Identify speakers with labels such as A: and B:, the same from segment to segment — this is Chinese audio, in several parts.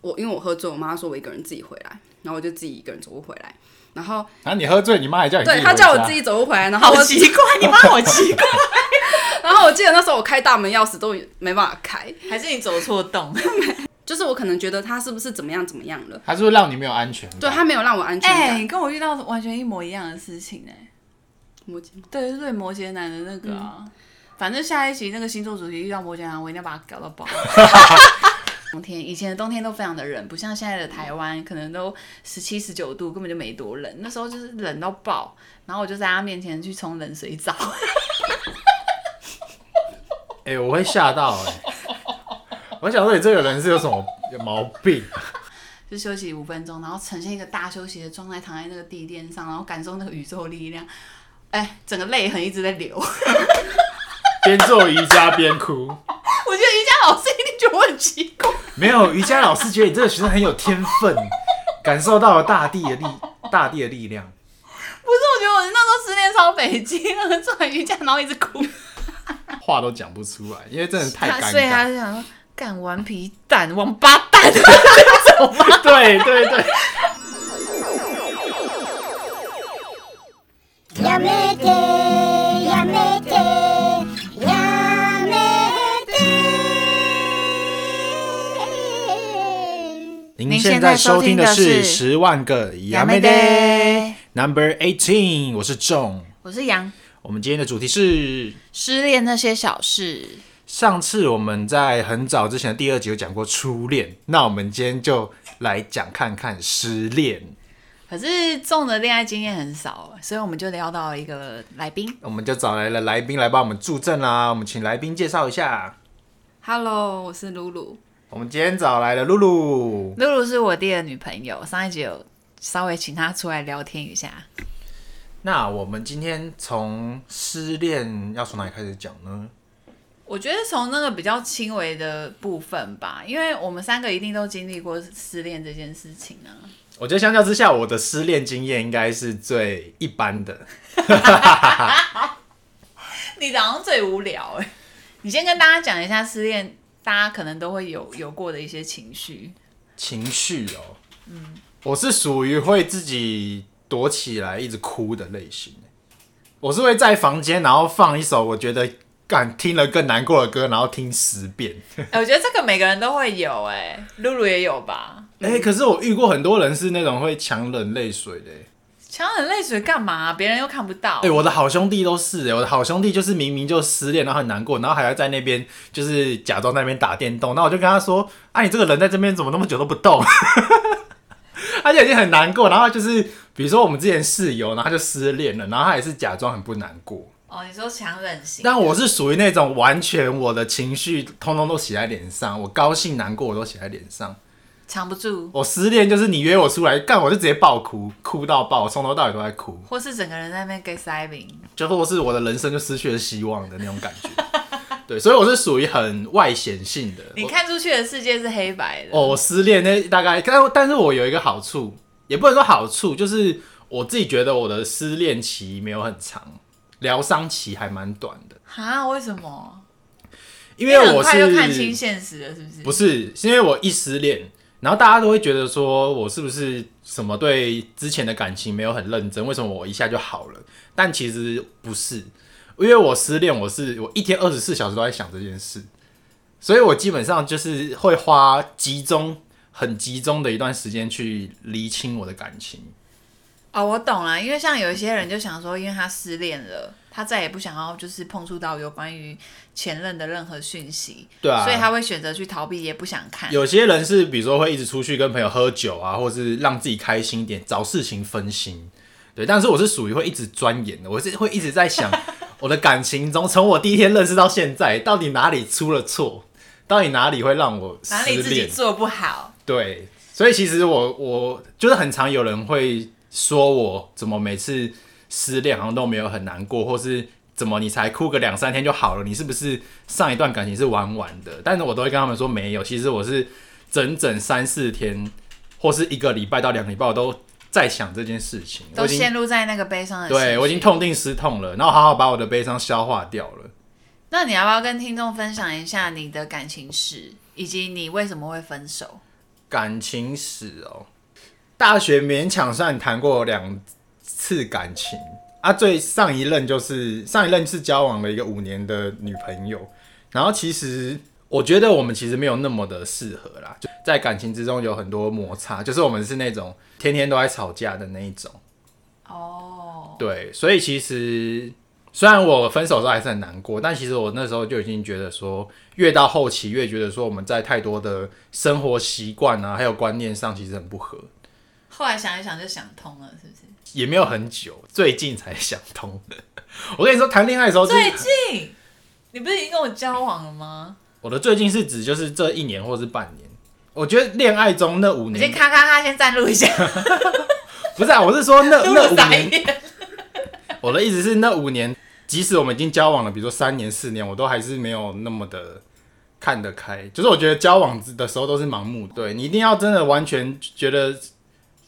A: 我因为我喝醉，我妈说我一个人自己回来，然后我就自己一个人走路回来。然后
B: 然后啊你喝醉，你妈还叫你自己
A: 对她叫
B: 回
A: 我
B: 家
A: 自己走路回来，然后
C: 好
A: 我
C: 奇怪， 你妈好奇怪，
A: 然后我记得那时候我开大门钥匙都没办法开，
C: 还是你走错洞？
A: 就是我可能觉得她是不是怎么样怎么样了，
B: 她是不是让你没有安全感？
A: 对她没有让我安全
C: 哎、
A: 感。
C: 跟我遇到完全一模一样的事情哎、
A: 我记得
C: 对，是对摩羯男的那个啊。反正下一集那个星座主题遇到摩羯男，我一定要把它搞到爆。 冬天以前的冬天都非常的冷，不像现在的台湾，可能都十七十九度，根本就没多冷。那时候就是冷到爆，然后我就在他面前去冲冷水澡。
B: 哎、我会吓到哎、 我想说你这个人是有什么毛病？
C: 就休息五分钟，然后呈现一个大休息的状态，躺在那个地垫上，然后感受那个宇宙力量。哎，整个泪痕一直在流。我
B: 边做瑜伽边哭。
C: 觉得瑜伽老师一定觉得我很奇怪，
B: 没有，瑜伽老师觉得你这个学生很有天分，感受到了大地的力， 大地的力量。
C: 不是？我觉得我那时候失恋超北京了，做完瑜伽然后一直哭，
B: 话都讲不出来，因为真的太
C: 他
B: 尴
C: 所以他
B: 尬。
C: 就想说，干顽皮蛋、王八 蛋。
B: 对对对，
D: やめてやめてやめて
B: 您
C: 现在收听的是
B: 十万个亚 Number Eighteen，我是仲。
C: 我是杨，
B: 我们今天的主题是，
C: 失恋那些小事，
B: 上次我们在很早之前的第二集有讲过初恋，那我们今天就来讲看看失恋。
C: 可是中的恋爱经验很少，所以我们就聊到一个来宾，
B: 我们就找来了来宾来帮我们助阵啦，我们请来宾介绍一下。
A: ，Hello，我是露露，
B: 我们今天找来了露露，
C: 露露是我弟的女朋友，上一集有稍微请她出来聊天一下。
B: 那我们今天从失恋要从哪里开始讲呢？
C: 我觉得从那个比较轻微的部分吧，因为我们三个一定都经历过失恋这件事情啊。
B: 我觉得相较之下，我的失恋经验应该是最一般的。
C: 你好像最无聊哎、你先跟大家讲一下失恋，大家可能都会有有过的一些情 绪。
B: 情绪哦，我是属于会自己躲起来一直哭的类型。我是会在房间，然后放一首我觉得敢听了更难过的歌，然后听十遍。
C: 哎我觉得这个每个人都会有哎、露露也有吧？
B: 哎、可是我遇过很多人是那种会强忍泪水的、欸。
C: 强忍泪水干嘛？别人又看不到。
B: 哎、我的好兄弟都是哎、我的好兄弟就是明明就失恋，然后很难过，然后还要在那边就是假装在那边打电动。那我就跟他说：“啊，你这个人在这边怎么那么久都不动？” 而且已经很难过，然后就是比如说我们之前室友，然后他就失恋了，然后他也是假装很不难过。
C: 哦，你说强忍型，
B: 但我是属于那种完全我的情绪通通都写在脸上，我高兴难过我都写在脸上。
C: 藏不住，
B: 我失恋就是你约我出来干，我就直接爆哭，哭到爆，从头到尾都在哭。
C: 或是整个人在那边 get saving。
B: 最后是我的人生就失去了希望的那种感觉。 对，所以我是属于很外显性的。
C: 你看出去的世界是黑白的。
B: 我，哦，我失恋那大概，但但是我有一个好处，也不能说好处，就是我自己觉得我的失恋期没有很长，疗伤期还蛮短的，
C: 哈？为什么？
B: 因
C: 因
B: 为
C: 很
B: 我
C: 快就看清
B: 是
C: 现实了，是不是？
B: 不是是因为我一失恋。然后大家都会觉得说我是不是什么对之前的感情没有很认真？为什么我一下就好了？但其实不是，因为我失恋，我是我一天二十四小时都在想这件事，所以我基本上就是会花集中、很集中的一段时间去厘清我的感情。
C: 哦，我懂了，因为像有一些人就想说，因为他失恋了，他再也不想要就是碰触到有关于前任的任何讯息，
B: 对啊，
C: 所以他会选择去逃避，也不想看。
B: 有些人是比如说会一直出去跟朋友喝酒啊，或是让自己开心一点，找事情分心。对，但是我是属于会一直钻研的，我是会一直在 想我的感情中，从我第一天认识到现在，到底哪里出了错，到底哪里会让我失
C: 哪里自己
B: 恋？
C: 做不好？
B: 对，所以其实我我就是很常有人会说我怎么每次失恋好像都没有很难过，或是怎么你才哭个两三天就好了，你是不是上一段感情是玩玩的？但是我都会跟他们说没有，其实我是整整三四天或是一个礼拜到两个礼拜我都在想这件事情，我
C: 都
B: 已经
C: 陷入在那个悲伤的情绪。
B: 对我已经痛定思痛了，然后好好把我的悲伤消化掉了。
C: 那你要不要跟听众分享一下你的感情史，以及你为什么会分手？
B: 感情史哦，大学勉强算谈过两次感情啊，最上一任就是上一任是交往了一个五年的女朋友，然后其实我觉得我们其实没有那么的适合啦，就在感情之中有很多摩擦，就是我们是那种天天都在吵架的那一种。
C: 哦，
B: 对，所以其实虽然我分手的时候还是很难过，但其实我那时候就已经觉得说，越到后期越觉得说我们在太多的生活习惯啊，还有观念上其实很不合，
C: 后来想一想就想通了，是不是？
B: 也没有很久，最近才想通。 我跟你说，谈恋爱的时候就是，
C: 最近你不是已经跟我交往了吗？
B: 我的最近是指就是这一年或是半年。我觉得恋爱中那五
C: 你先
B: 年，
C: 咔咔咔先暂录一下，
B: 不是啊，我是说 那
C: 录
B: 那
C: 了
B: 五
C: 傻
B: 年，
C: 眼。
B: 我的意思是，那五年，即使我们已经交往了，比如说三年、四年，我都还是没有那么的看得开。就是我觉得交往的时候都是盲目的，对你一定要真的完全觉得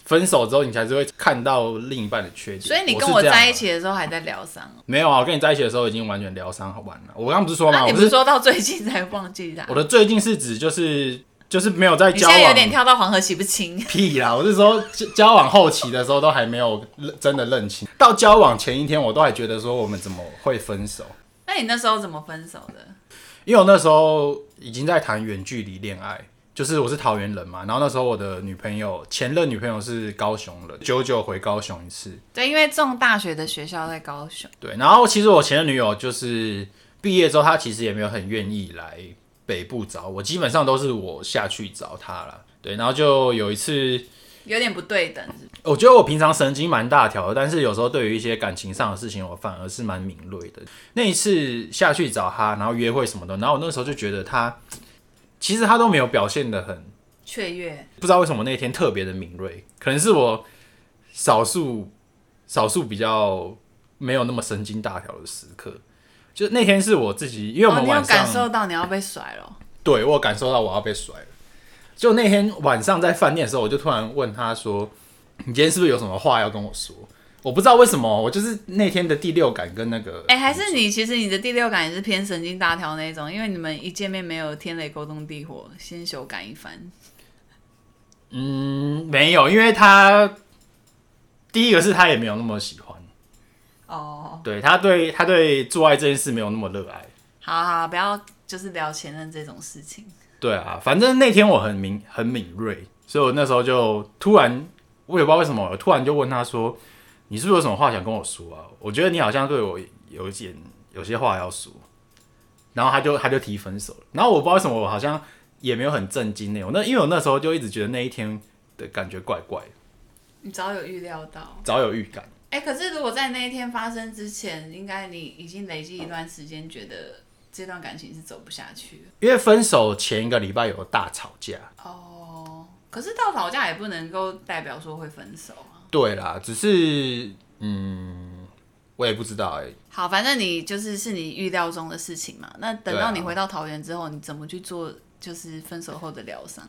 B: 分手之后，你才是会看到另一半的缺点。
C: 所以你跟
B: 是
C: 我
B: 这样
C: 在
B: 啊
C: 一起的时候还在疗伤哦，
B: 没有啊？我跟你在一起的时候已经完全疗伤完了。我刚刚不是说
C: 那、
B: 吗？
C: 啊你
B: 我
C: 不是说到最近才忘记的啊、
B: 我的最近是指就是就是没有在
C: 你
B: 交
C: 现
B: 往，
C: 在有点跳到黄河洗不清，
B: 屁啦！我是说交交往后期的时候都还没有认真的认清，到交往前一天我都还觉得说我们怎么会分手。
C: 那你那时候怎么分手的？
B: 因为我那时候已经在谈远距离恋爱，就是我是桃园人嘛，然后那时候我的女朋友前任女朋友是高雄人，久久回高雄一次。
C: 对，因为中大学的学校在高雄，
B: 对，然后其实我前任女友就是毕业之后，她其实也没有很愿意来北部找我，基本上都是我下去找她啦。对，然后就有一次，
C: 有点不对等是不是
B: 我觉得我平常神经蛮大条的，但是有时候对于一些感情上的事情，我反而是蛮敏锐的。那一次下去找她，然后约会什么的，然后我那时候就觉得她，其实她都没有表现的很
C: 雀跃，
B: 不知道为什么那天特别的敏锐，可能是我少数少数比较没有那么神经大条的时刻。就那天是我自己，因为我
C: 哦，
B: 们
C: 你有
B: 晚上、
C: 感受到你要被甩了，
B: 对我有感受到我要被甩了。就那天晚上在饭店的时候，我就突然问他说：“你今天是不是有什么话要跟我说？”我不知道为什么，我就是那天的第六感跟那个
C: 哎、还是你其实你的第六感也是偏神经大条那一种，因为你们一见面没有天雷勾动地火，先修改一番。
B: 嗯没有，因为他第一个是他也没有那么喜欢，
C: 哦，
B: 对他对他对做爱这件事没有那么热爱。
C: 好好，不要就是聊前任这种事情。
B: 对啊，反正那天我很敏很敏锐，所以我那时候就突然，我也不知道为什么，我突然就问他说：“你是不是有什么话想跟我说啊？我觉得你好像对我有一点有些话要说。”然后他就他就提分手了。然后我不知道为什么，我好像也没有很震惊呢。我那因为我那时候就一直觉得那一天的感觉怪怪的，
C: 你早有预料到，
B: 早有预感。
C: 哎、可是如果在那一天发生之前，应该你已经累积一段时间，觉得这段感情是走不下去了。
B: 因为分手前一个礼拜有大吵架，
C: 哦，可是到吵架也不能够代表说会分手啊。
B: 对啦，只是嗯，我也不知道哎、
C: 好，反正你就是是你预料中的事情嘛。那等
B: 对啊
C: 到你回到桃园之后，你怎么去做就是分手后的疗伤？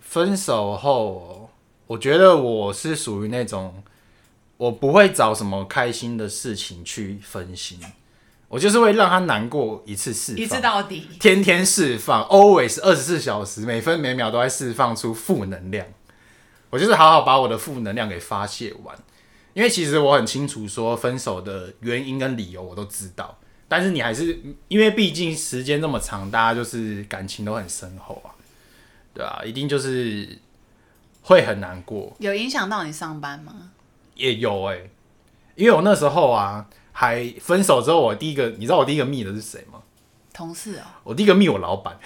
B: 分手后，我觉得我是属于那种，我不会找什么开心的事情去分心，我就是会让他难过一次释放，
C: 一次到底。
B: 天天释放，always 二十四小时，每分每秒都在释放出负能量。我就是好好把我的负能量给发泄完，因为其实我很清楚说分手的原因跟理由我都知道，但是你还是因为毕竟时间这么长，大家就是感情都很深厚啊，对啊，一定就是会很难过，
C: 有影响到你上班吗？
B: 也有哎、因为我那时候啊，还分手之后，我第一个你知道我第一个密的是谁吗？
C: 同事哦，
B: 我第一个 密我老板，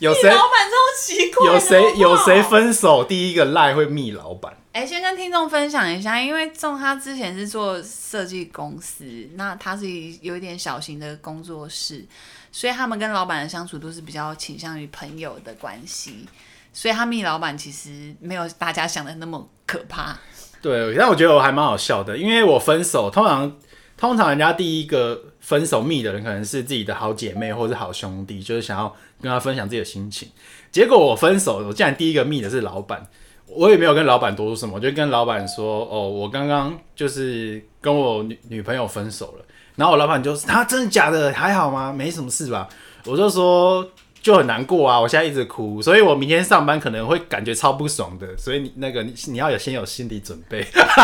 B: 有
C: 你
B: 谁
C: 老板这么奇怪的
B: 有
C: 好
B: 谁
C: 不好
B: 有谁分手第一个赖会密老板？
C: 哎、先跟听众分享一下，因为仲他之前是做设计公司，那他是有一点小型的工作室，所以他们跟老板的相处都是比较倾向于朋友的关系，所以他密老板其实没有大家想的那么可怕。
B: 对，但我觉得我还蛮好笑的，因为我分手通常通常人家第一个分手密的人可能是自己的好姐妹或是好兄弟，就是想要跟他分享自己的心情。结果我分手，我竟然第一个密的是老板，我也没有跟老板多说什么，我就跟老板说：“哦，我刚刚就是跟我女女朋友啊分手了。”然后我老板就说：“他真的假的？还好吗？没什么事吧？”我就说：“就很难过啊！我现在一直哭，所以我明天上班可能会感觉超不爽的，所以你那个你你要有先有心理准备，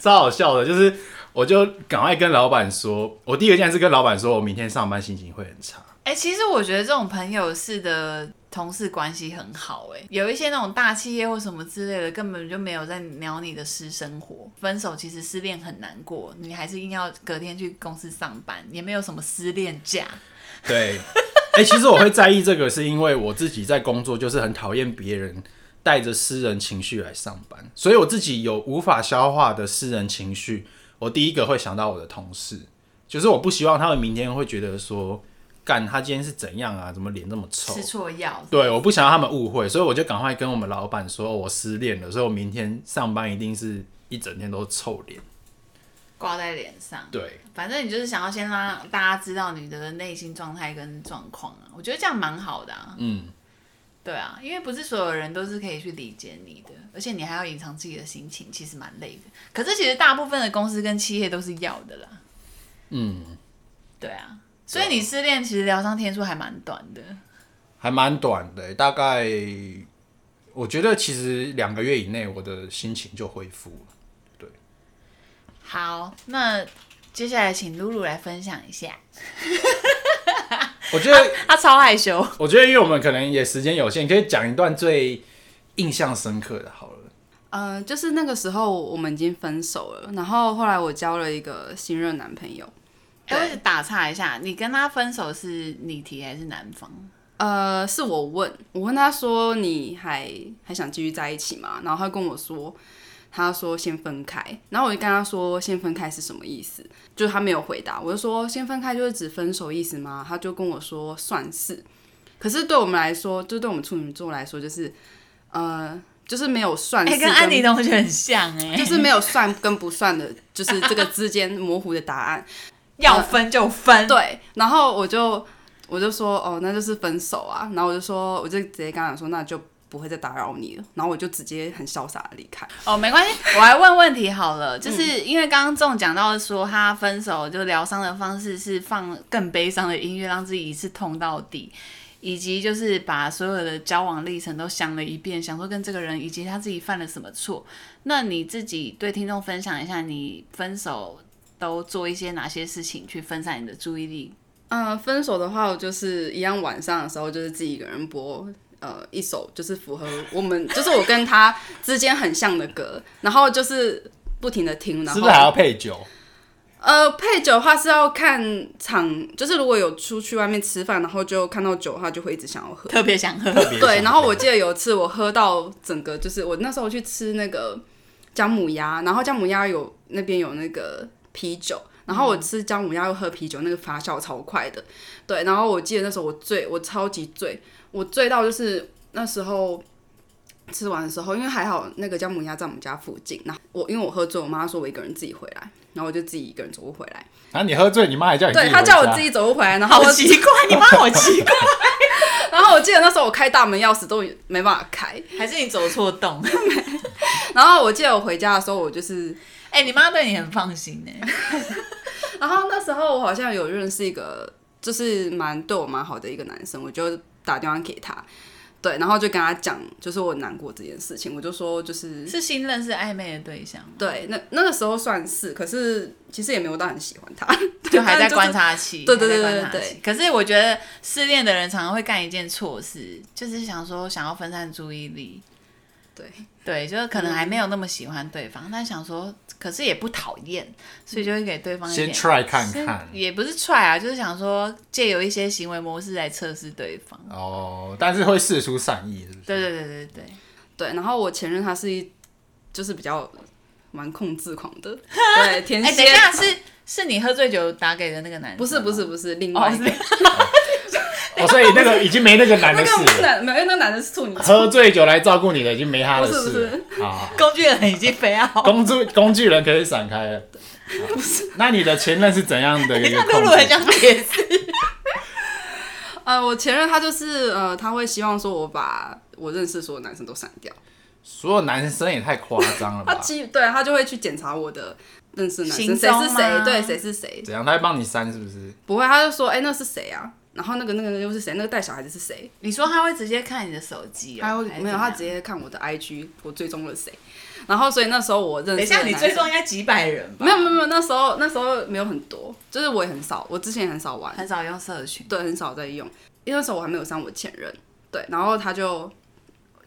B: 超好笑的，就是我就赶快跟老板说，我第一个件事是跟老板说我明天上班心情会很差，
C: 哎、其实我觉得这种朋友式的同事关系很好、哎，有一些那种大企业或什么之类的，根本就没有在聊你的私生活。分手其实失恋很难过，你还是硬要隔天去公司上班，也没有什么失恋假。
B: 对，哎、其实我会在意这个，是因为我自己在工作就是很讨厌别人带着私人情绪来上班，所以我自己有无法消化的私人情绪，我第一个会想到我的同事，就是我不希望他们明天会觉得说，干他今天是怎样啊，怎么脸这么臭
C: 吃。错药，
B: 对，我不想让他们误会，所以我就赶快跟我们老板说，哦我失恋了，所以我明天上班一定是一整天都臭脸。
C: 挂在脸上。
B: 对，
C: 反正你就是想要先让大家知道你的内心状态跟状况啊，我觉得这样蛮好的啊。
B: 嗯，
C: 对啊，因为不是所有人都是可以去理解你的，而且你还要隐藏自己的心情，其实蛮累的。可是其实大部分的公司跟企业都是要的啦。
B: 嗯，
C: 对啊，所以你失恋其实疗伤天数还蛮短的。
B: 还蛮短的，大概我觉得其实两个月以内，我的心情就恢复了。
C: 好，那接下来请露露来分享一下，
B: 我觉
A: 啊
B: 得，
C: 她超害羞。
B: 我觉得，因为我们可能也时间有限，可以讲一段最印象深刻的，好了。
A: 呃，就是那个时候我们已经分手了，然后后来我交了一个新任男朋友，
C: 哎、我打岔一下，你跟他分手是你提还是男方？
A: 呃，是我问，我问他说你还还想继续在一起吗？然后他跟我说，他说先分开，然后我就跟他说先分开是什么意思？就是他没有回答，我就说先分开就是指分手意思吗？他就跟我说算是，可是对我们来说，就对我们处女座来说，就是呃，就是没有算
C: 哎、
A: 是
C: 跟安妮同学很像哎、
A: 就是没有算跟不算的，就是这个之间模糊的答案。
C: 要分就 分。
A: 对，然后我就我就说哦，那就是分手啊。然后我就说，我就直接跟他讲说，那就不会再打扰你了。然后我就直接很潇洒的离开。
C: 哦，没关系，我来问问题好了，就是因为刚刚仲讲到说他分手就疗伤的方式是放更悲伤的音乐，让自己一次痛到底，以及就是把所有的交往历程都想了一遍，想说跟这个人以及他自己犯了什么错。那你自己对听众分享一下，你分手都做一些哪些事情去分散你的注意力？
A: 嗯、分手的话，我就是一样晚上的时候，就是自己一个人播。呃，一首就是符合我们，就是我跟他之间很像的歌，然后就是不停的听，然后
B: 是不是还要配酒？
A: 呃，配酒的话是要看场，就是如果有出去外面吃饭，然后就看到酒的话，就会一直想要喝。
C: 特别想喝，
B: 别
A: 对，
B: 想
A: 然后
B: 喝
A: 我记得有一次我喝到整个，就是我那时候去吃那个姜母鸭，然后姜母鸭有那边有那个啤酒，然后我吃姜母鸭又喝啤酒，那个发酵超快的。对，然后我记得那时候我醉，我超级醉，我醉到就是那时候。吃完的时候，因为还好那个姜母鸭在我们家附近，然后我因为我喝醉，我妈说我一个人自己回来，然后我就自己一个人走路回来。
B: 然后啊你喝醉，你妈还叫你自己
A: 对他
B: 回
A: 叫我
B: 家
A: 自己走路回来，然后
C: 好
A: 我
C: 奇怪，你妈好奇怪，
A: 然后我记得那时候我开大门钥匙都没办法开，
C: 还是你走错洞？
A: 然后我记得我回家的时候我就是，
C: 哎、你妈对你很放心呢、
A: 然后那时候我好像有认识一个就是蛮对我蛮好的一个男生，我就打电话给他，对，然后就跟他讲就是我难过这件事情，我就说就是
C: 是新认识暧昧的对象吗，
A: 对，那那个时候算是，可是其实也没有到很喜欢他，
C: 就还在
A: 但是
C: 观察期，
A: 对对对
C: 还在观察
A: 对对
C: 期。可是我觉得失恋的人常常会干一件错事，就是想说想要分散注意力，
A: 对。
C: 对，就是可能还没有那么喜欢对方，但想说，可是也不讨厌，所以就会给对方一
B: 先
C: 点。
B: try 看看
C: 也不是 try 啊，就是想说借由一些行为模式来测试对方。
B: 哦，但是会试出善意，是不是？
C: 对对对对对，
A: 对，然后我前任他是一就是比较蛮控制狂的， 对，天
C: 哎、
A: 蝎
C: 等一下，是是你喝醉酒打给的那个男生吗？
A: 不是不是不是另
C: 哦
A: 外一
C: 是
A: 个。
B: 哦，所以那个已经没那个 男
A: 那
B: 的事
A: 个
B: 了。
A: 男没有，那个男的是处女座，
B: 喝醉酒来照顾你的已经没他的
A: 不是
B: 事
A: 不
B: 了。好好，好
C: 工具人已经非要。
B: 工具工具人可以闪开了。那你的前任是怎样 的一个
C: 露
B: 控
C: 露很
B: 制？
C: 想解释，
A: 呃，我前任他就是呃，他会希望说我把我认识的所有男生都删掉，
B: 所有男生也太夸张了
A: 他
B: 吧？
A: 基对他就会去检查我的认识的男
C: 行
A: 生谁
C: 踪
A: 是谁
C: 吗，
A: 对谁是谁，
B: 怎样？他会帮你删是不是？
A: 不会，他就说哎、那是谁啊？然后那个那个那个又是谁？那个带小孩子是谁？
C: 你说他会直接看你的手机、哦？
A: 他会
C: 还是
A: 没有，
C: 怎
A: 他
C: 样
A: 直。接看我的 IG，我追踪了谁。然后所以那时候我认识
C: 等一下，
A: 的
C: 你
A: 男
C: 追
A: 生
C: 踪应该几百人吧？
A: 没有没有没有，那时候那时候没有很多，就是我也很少，我之前也很少玩，
C: 很少用社群。
A: 对，很少在用，因为那时候我还没有删我前任，对，然后他就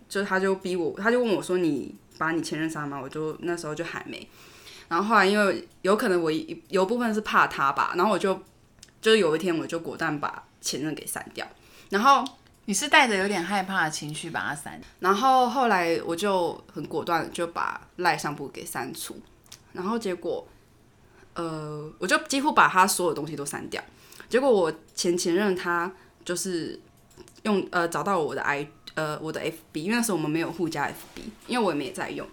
A: 就他就逼我，他就问我说你把你前任删了吗？我就那时候就还没，然后后来因为有可能我一有部分是怕他吧，然后我就就是有一天我就果断把前任给删掉，然后
C: 你是带着有点害怕的情绪把它删，
A: 然后后来我就很果断地就把赖相簿给删除，然后结果，呃，我就几乎把他所有东西都删掉。结果我前前任他就是用呃找到我的 i 呃我的 FB，因为那时候我们没有互加 FB，因为我也没在用，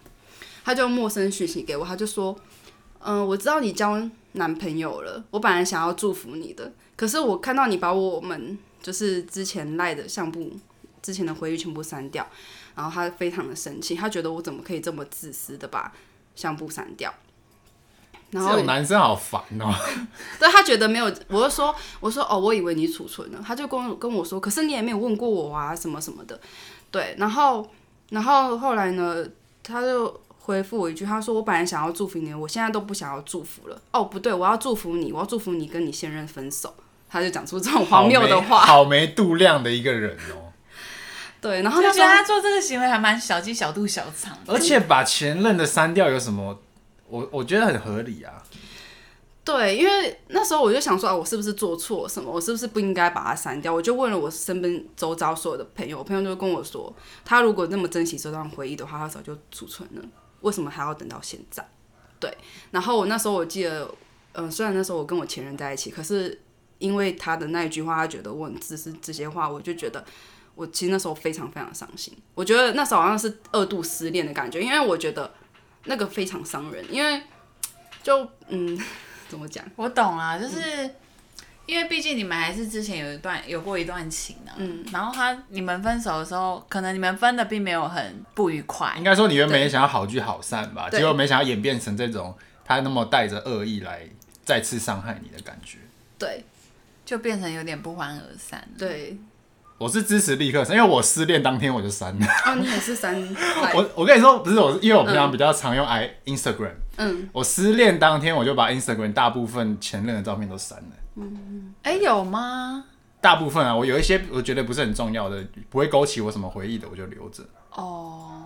A: 他就陌生讯息给我，他就说，嗯、我知道你交男朋友了，我本来想要祝福你的，可是我看到你把我们就是之前赖的相簿之前的回忆全部删掉，然后他非常的生气，他觉得我怎么可以这么自私的把相簿删掉？然
B: 这
A: 后
B: 种男生好烦哦、
A: 对他觉得没有，我就说，我说哦，我以为你储存了，他就跟我跟我说，可是你也没有问过我啊，什么什么的，对，然后然后后来呢，他就回复我一句，他说我本来想要祝福你，我现在都不想要祝福了，哦，不对，我要祝福你，我要祝福你跟你现任分手，他就讲出这种
B: 好
A: 荒谬
B: 没
A: 的话，
B: 好没度量的一个人哦、
A: 对，然后
C: 我
A: 那
C: 就觉
A: 时
C: 得
A: 候
C: 他做这个行为还蛮小鸡小肚小肠的。
B: 而且把前任的删掉有什么？我我觉得很合理啊。
A: 对，因为那时候我就想说，啊，我是不是做错了什么？我是不是不应该把它删掉？我就问了我身边周遭所有的朋友，我朋友就跟我说，他如果那么珍惜这段回忆的话，他早就储存了，为什么还要等到现在？对，然后我那时候我记得，嗯、虽然那时候我跟我前任在一起，可是因为他的那一句话，他觉得我很自私，这些话我就觉得。我其实那时候非常非常伤心，我觉得那时候好像是二度失恋的感觉，因为我觉得那个非常伤人，因为就嗯，怎么讲？
C: 我懂啊，就是、因为毕竟你们还是之前有一段有过一段情啊，嗯，然后他你们分手的时候，可能你们分的并没有很不愉快
B: 应，该说你原本也想要好聚好散吧，
A: 对
B: 结果没想到演变成这种他那么带着恶意来再次伤害你的感觉。
A: 对
C: 就变成有点不欢而散了。
A: 对，
B: 我是支持立刻删，因为我失恋当天我就删了。
A: 哦，你也是三 百，
B: 我我跟你说，不是我是，因为我平
C: 嗯
B: 常比较常用 i Instagram，
A: 嗯，
B: 我失恋当天我就把 Instagram 大部分前任的照片都删了。
C: 哎、有吗？
B: 大部分啊，我有一些我觉得不是很重要的，不会勾起我什么回忆的，我就留着。
C: 哦，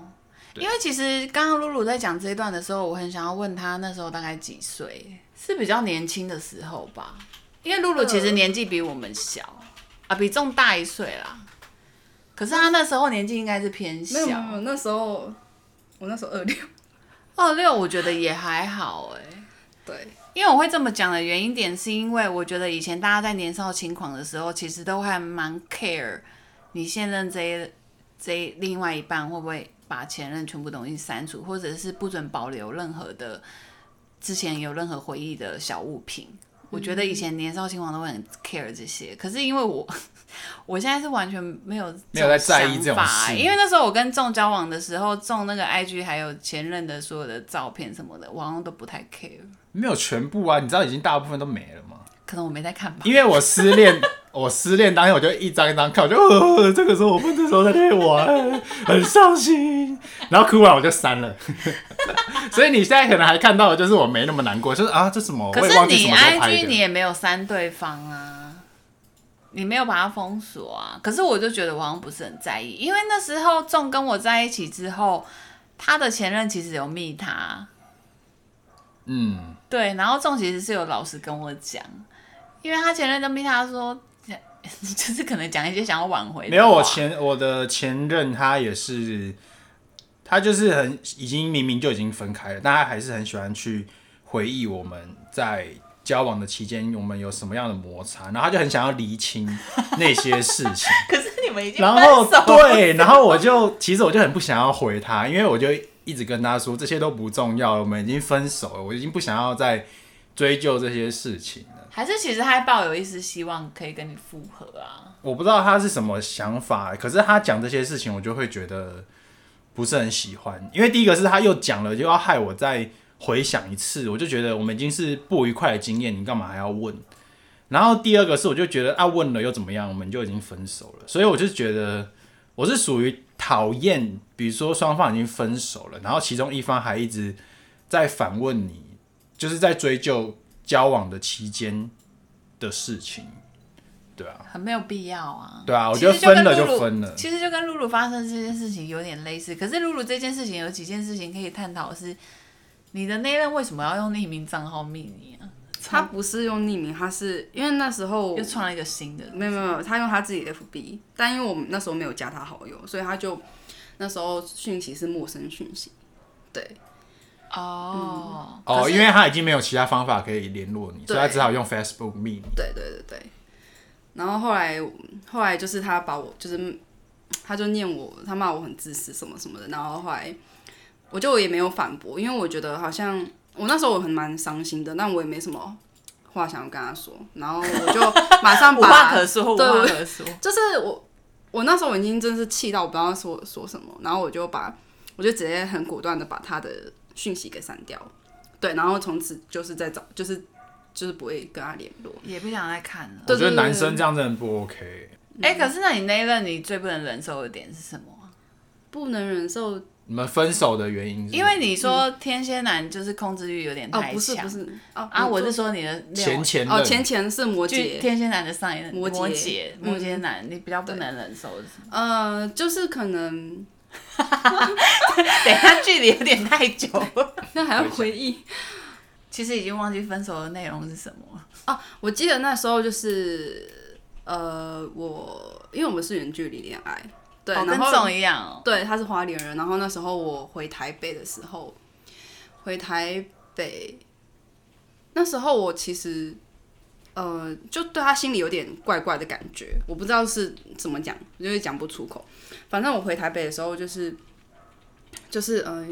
C: 因为其实刚刚露露在讲这一段的时候，我很想要问她那时候大概几岁，是比较年轻的时候吧？因为露露其实年纪比我们小、啊，比仲大一岁啦。可是她那时候年纪应该是偏
A: 没有没有没
C: 小，
A: 有，那时候我那时候二六，
C: 二六我觉得也还好哎、
A: 对
C: 因为我会这么讲的原因点，是因为我觉得以前大家在年少轻狂的时候，其实都还蛮 care 你现任这一这一另外一半会不会把前任全部东西删除，或者是不准保留任何的之前有任何回忆的小物品。我觉得以前年少轻狂都会很 care 这些，可是因为我 我现在是完全没有
B: 没有在在意这种
C: 种想法
B: 事
C: 因为那时候我跟仲交往的时候，仲那个 IG 还有前任的所有的照片什么的，我好像都不太 care，
B: 没有全部啊，你知道已经大部分都没了吗？
C: 可能我没在看吧。
B: 因为我失恋， 我失恋当天我就一张一张看，我就、呃、这个时候我不能候在那里玩，很伤心，然后哭完我就删了。 所以你现在可能还看到的就是我没那么难过，就是啊，这什么？
C: 可
B: 我也
C: 是
B: 忘记什
C: 你
B: 么时候拍
C: IG 你
B: 的。
C: 也没有删对方啊，你没有把他封锁啊。可是我就觉得我好像不是很在意，因为那时候仲跟我在一起之后，他的前任其实有密他，
B: 嗯，
C: 对，然后仲其实是有老实跟我讲，因为他前任都密他说， 就是可能讲一些想要挽回的话。
B: 没有我前我的前任他也是，他就是很已经明明就已经分开了，但他还是很喜欢去回忆我们在交往的期间我们有什么样的摩擦，然后他就很想要厘清那些事情。
C: 可是 你们已经
B: 然
C: 分
B: 后
C: 手了
B: 对，然后我就其实我就很不想要回他，因为我就一直跟他说这些都不重要了，我们已经分手了，我已经不想要再追究这些事情了。
C: 还是其实他还抱有一丝希望可以跟你复合啊。
B: 我不知道他是什么想法，可是他讲这些事情，我就会觉得不是很喜欢，因为第一个是他又讲了，就要啊害啊我再回想一次，我就觉得我们已经是不愉快的经验，你干嘛还要问？然后第二个是，我就觉得啊，问了又怎么样，我们就已经分手了，所以我就觉得啊我是属于讨厌，比如说双方已经分手了，然后其中一方还一直在反问你，就是在追究交往的期间的事情，对啊，
C: 很没有必要啊。
B: 对啊，我
C: 其
B: 觉得
C: 实跟
B: 分了就
C: 露露
B: 分了
C: 其实就跟露露发生这件事情有点类似，可是露露这件事情有几件事情可以探讨是，你的那任为什么要用匿名账号密你啊？
A: 他不是用匿名，他是因为那时候
C: 又创了一个新的，
A: 没有没有，没有他用他自己的 FB，但因为我们那时候没有加他好友，所以他就那时候讯息是陌生讯息。对，
C: 哦、
B: 哦，
A: 可是
B: 因为他已经没有其他方法可以联络你，所以他
A: 对
B: 只好用 Facebook meet 你。
A: 对对对对。然后后来后来就是他把我就是他就念我，他骂我很自私什么什么的。然后后来我就也没有反驳，因为我觉得好像我那时候我很蛮伤心的，但我也没什么话想要跟他说。然后我就马上
C: 无
A: 把
C: 话可说，无
A: 对
C: 话
A: 我
C: 可说。
A: 就是我我那时候已经真是气到我不知道说说什么，然后我就把我就直接很果断的把他的讯息给删掉，对，然后从此就是在找就是就是不会跟他联络。
C: 也不想再看了。
B: 我
A: 对
B: 觉得
A: 对对
B: 男生这样真的不 OK。
C: 哎、可是那你那一任你最不能忍受的点是什么啊？
A: 不能忍受
B: 你们分手的原因是什么，
C: 因为你说天蝎男就是控制欲有点
A: 哦，
C: 太
A: 不是
C: 强、
A: 不是哦
C: 啊，我
A: 就是
C: 说你的恋
B: 前前任
A: 哦前前是摩
C: 就
A: 羯，
C: 天蝎男的上一任
A: 摩羯
C: 摩羯摩羯
A: 嗯
C: 男，你比较不能忍受的是什么？
A: 呃，就是可能
C: 等一下距离有点太久 了，
A: 那还要回忆，
C: 其实已经忘记分手的内容是什么了。
A: 哦，我记得那时候就是呃，我因为我们是远距离恋爱，对，
C: 哦
A: 然
C: 跟
A: 后
C: 宋一样哦。
A: 对，他是花莲人。然后那时候我回台北的时候，回台北，那时候我其实，呃，就对他心里有点怪怪的感觉，我不知道是怎么讲，就是讲不出口。反正我回台北的时候，就是，就是，呃，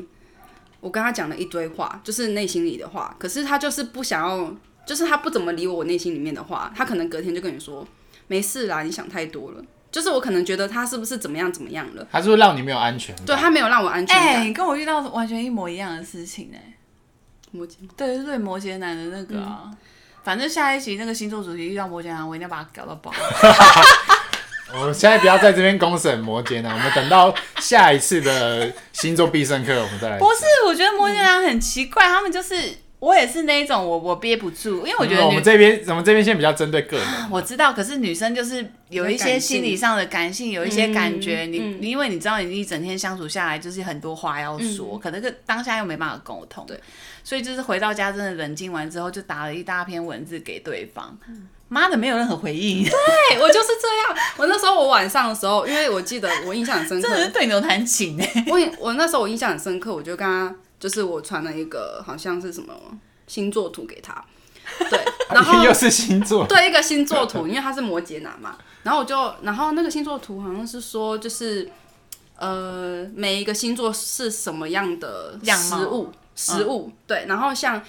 A: 我跟他讲了一堆话，就是内心里的话，可是他就是不想要，就是他不怎么理我内心里面的话，他可能隔天就跟你说，没事啦，你想太多了。就是我可能觉得他是不是怎么样怎么样了，
B: 他是不是让你没有安全感？
A: 对他没有让我安全
C: 哎、
A: 感。
C: 你跟我遇到完全一模一样的事情哎、
A: 摩羯吗
C: 对，就是对摩羯男的那个啊。
A: 嗯
C: 反正下一期那个星座主题遇到摩羯男，我一定要把他搞到爆。
A: 嗯
B: 我哦们现在不要在这边公审摩羯男，我们等到下一次的星座必胜课，我们再来。
C: 不是，我觉得摩羯男很奇怪，他们就是我也是那一种我我憋不住，因为我觉得
B: 嗯我
C: 女、
B: 们这边我们这边先比较针对个人，
C: 我知道，可是女生就是有一些心理上的感性，有一些感觉，你、
A: 嗯
C: 你因为你知道你一整天相处下来就是很多话要说，可能个当下又没办法沟通，
A: 嗯对，
C: 所以就是回到家真的冷静完之后，就打了一大篇文字给对方，
A: 嗯
C: 妈的没有任何回应，
A: 对哎我就是这样。我那时候我晚上的时候，因为我记得我印象很深
C: 真的是
A: 刻，
C: 对牛弹 琴哎，
A: 我也我那时候我印象很深刻，我就跟他就是我传了一个好像是什么星座图给他，对，然后
B: 又是星座，
A: 对一个星座图，因为他是摩羯男嘛，然后我就然后那个星座图好像是说就是呃每一个星座是什么样的
C: 样
A: 食
C: 貌
A: 物食物、对，然后像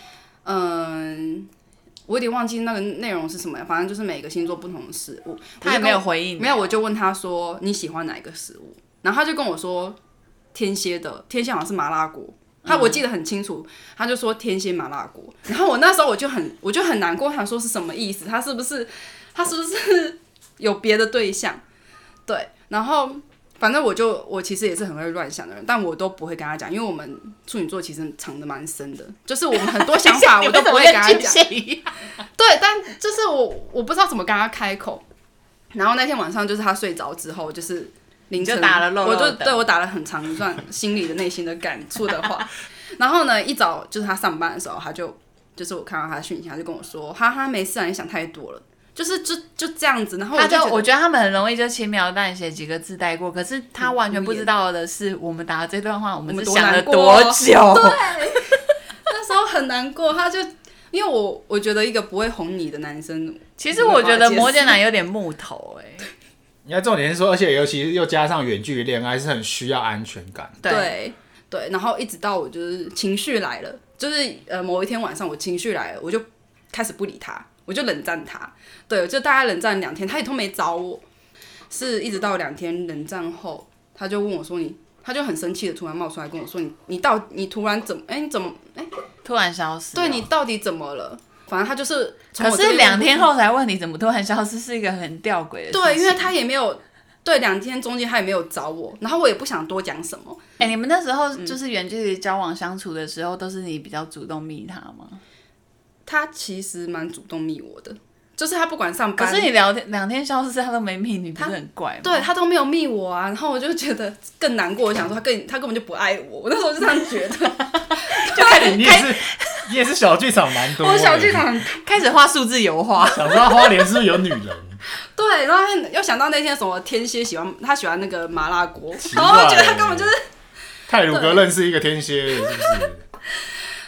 A: 嗯。我有点忘记那个内容是什么，反正就是每个星座不同的食物。
C: 他也没有回应，欸啊
A: 没有，我就问他说你喜欢哪一个食物，然后他就跟我说天蝎的，天蝎好像是麻辣锅。
C: 嗯
A: 他我记得很清楚，他就说天蝎麻辣锅，然后我那时候我就很 我就很难过，我想说是什么意思？他是不是他是不是有别的对象？对，然后反正我就我其实也是很会乱想的人，但我都不会跟他讲，因为我们处女座其实藏的蛮深的，就是我们很多想法
C: 你
A: 我
C: 为
A: 都
C: 什
A: 不
C: 么
A: 会跟
C: 跟
A: 他
C: 巨
A: 讲。
C: 蟹一样？
A: 对，但就是我我不知道怎么跟他开口。然后那天晚上就是他睡着之后，就是凌晨
C: 你就打了肉肉
A: 我就
C: 的
A: 对我打了很长一段心里的内心的感触的 话。然后呢，一早就是他上班的时候，他就就是我看到他的讯息，他就跟我说：“哈哈，没事啊，你想太多了。”就是就就这样子，然后我
C: 他
A: 就
C: 就
A: 觉得
C: 我觉得他们很容易就轻描淡写几个字带过，可是他完全不知道的是，我们打的这段话，我们
A: 嗯
C: 是
A: 我们多
C: 想了
A: 难过
C: 多久？
A: 那时候很难过，他就因为我我觉得一个不会哄你的男生，
C: 其实我觉得摩羯男有点木头哎、
B: 你看重点是说，而且尤其是又加上远距离恋爱，是很需要安全感。
C: 对
A: 对对，然后一直到我就是情绪来了，就是呃某一天晚上我情绪来了，我就开始不理他，我就冷战他，对，就大概冷战两天，他也都没找我，是一直到两天冷战后，他就问我说你，他就很生气的突然冒出来跟我说你你到你突然怎么哎、你怎么
C: 突然消失了。
A: 对你到底怎么了？反正他就是从
C: 可
A: 我这
C: 是
A: 边
C: 两天后才问你怎么突然消失，是一个很吊诡的事情。
A: 对，因为他也没有对两天中间他也没有找我，然后我也不想多讲什么。
C: 哎、你们那时
A: 嗯
C: 候就是远距离交往相处的时候，都是你比较主动密他吗？
A: 他其实蛮主动密我的，就是他不管上
C: 可
A: 班，
C: 是你聊天两天消失，他都没密你，不是很怪吗？
A: 对他都没有密我啊，然后我就觉得更难过，我想说他根他根本就不爱我，我那时候就这样觉得。
B: 哎你也是，你也是小剧场蛮多的。
A: 我小剧场
C: 开始画数字油 画，
B: 想知道花莲是不是有女人？
A: 对，然后他又想到那天什么天蝎喜欢他喜欢那个麻辣锅，
B: 奇怪
A: 然后我觉得他根本就是，
B: 泰鲁格认识一个天蝎，是不是？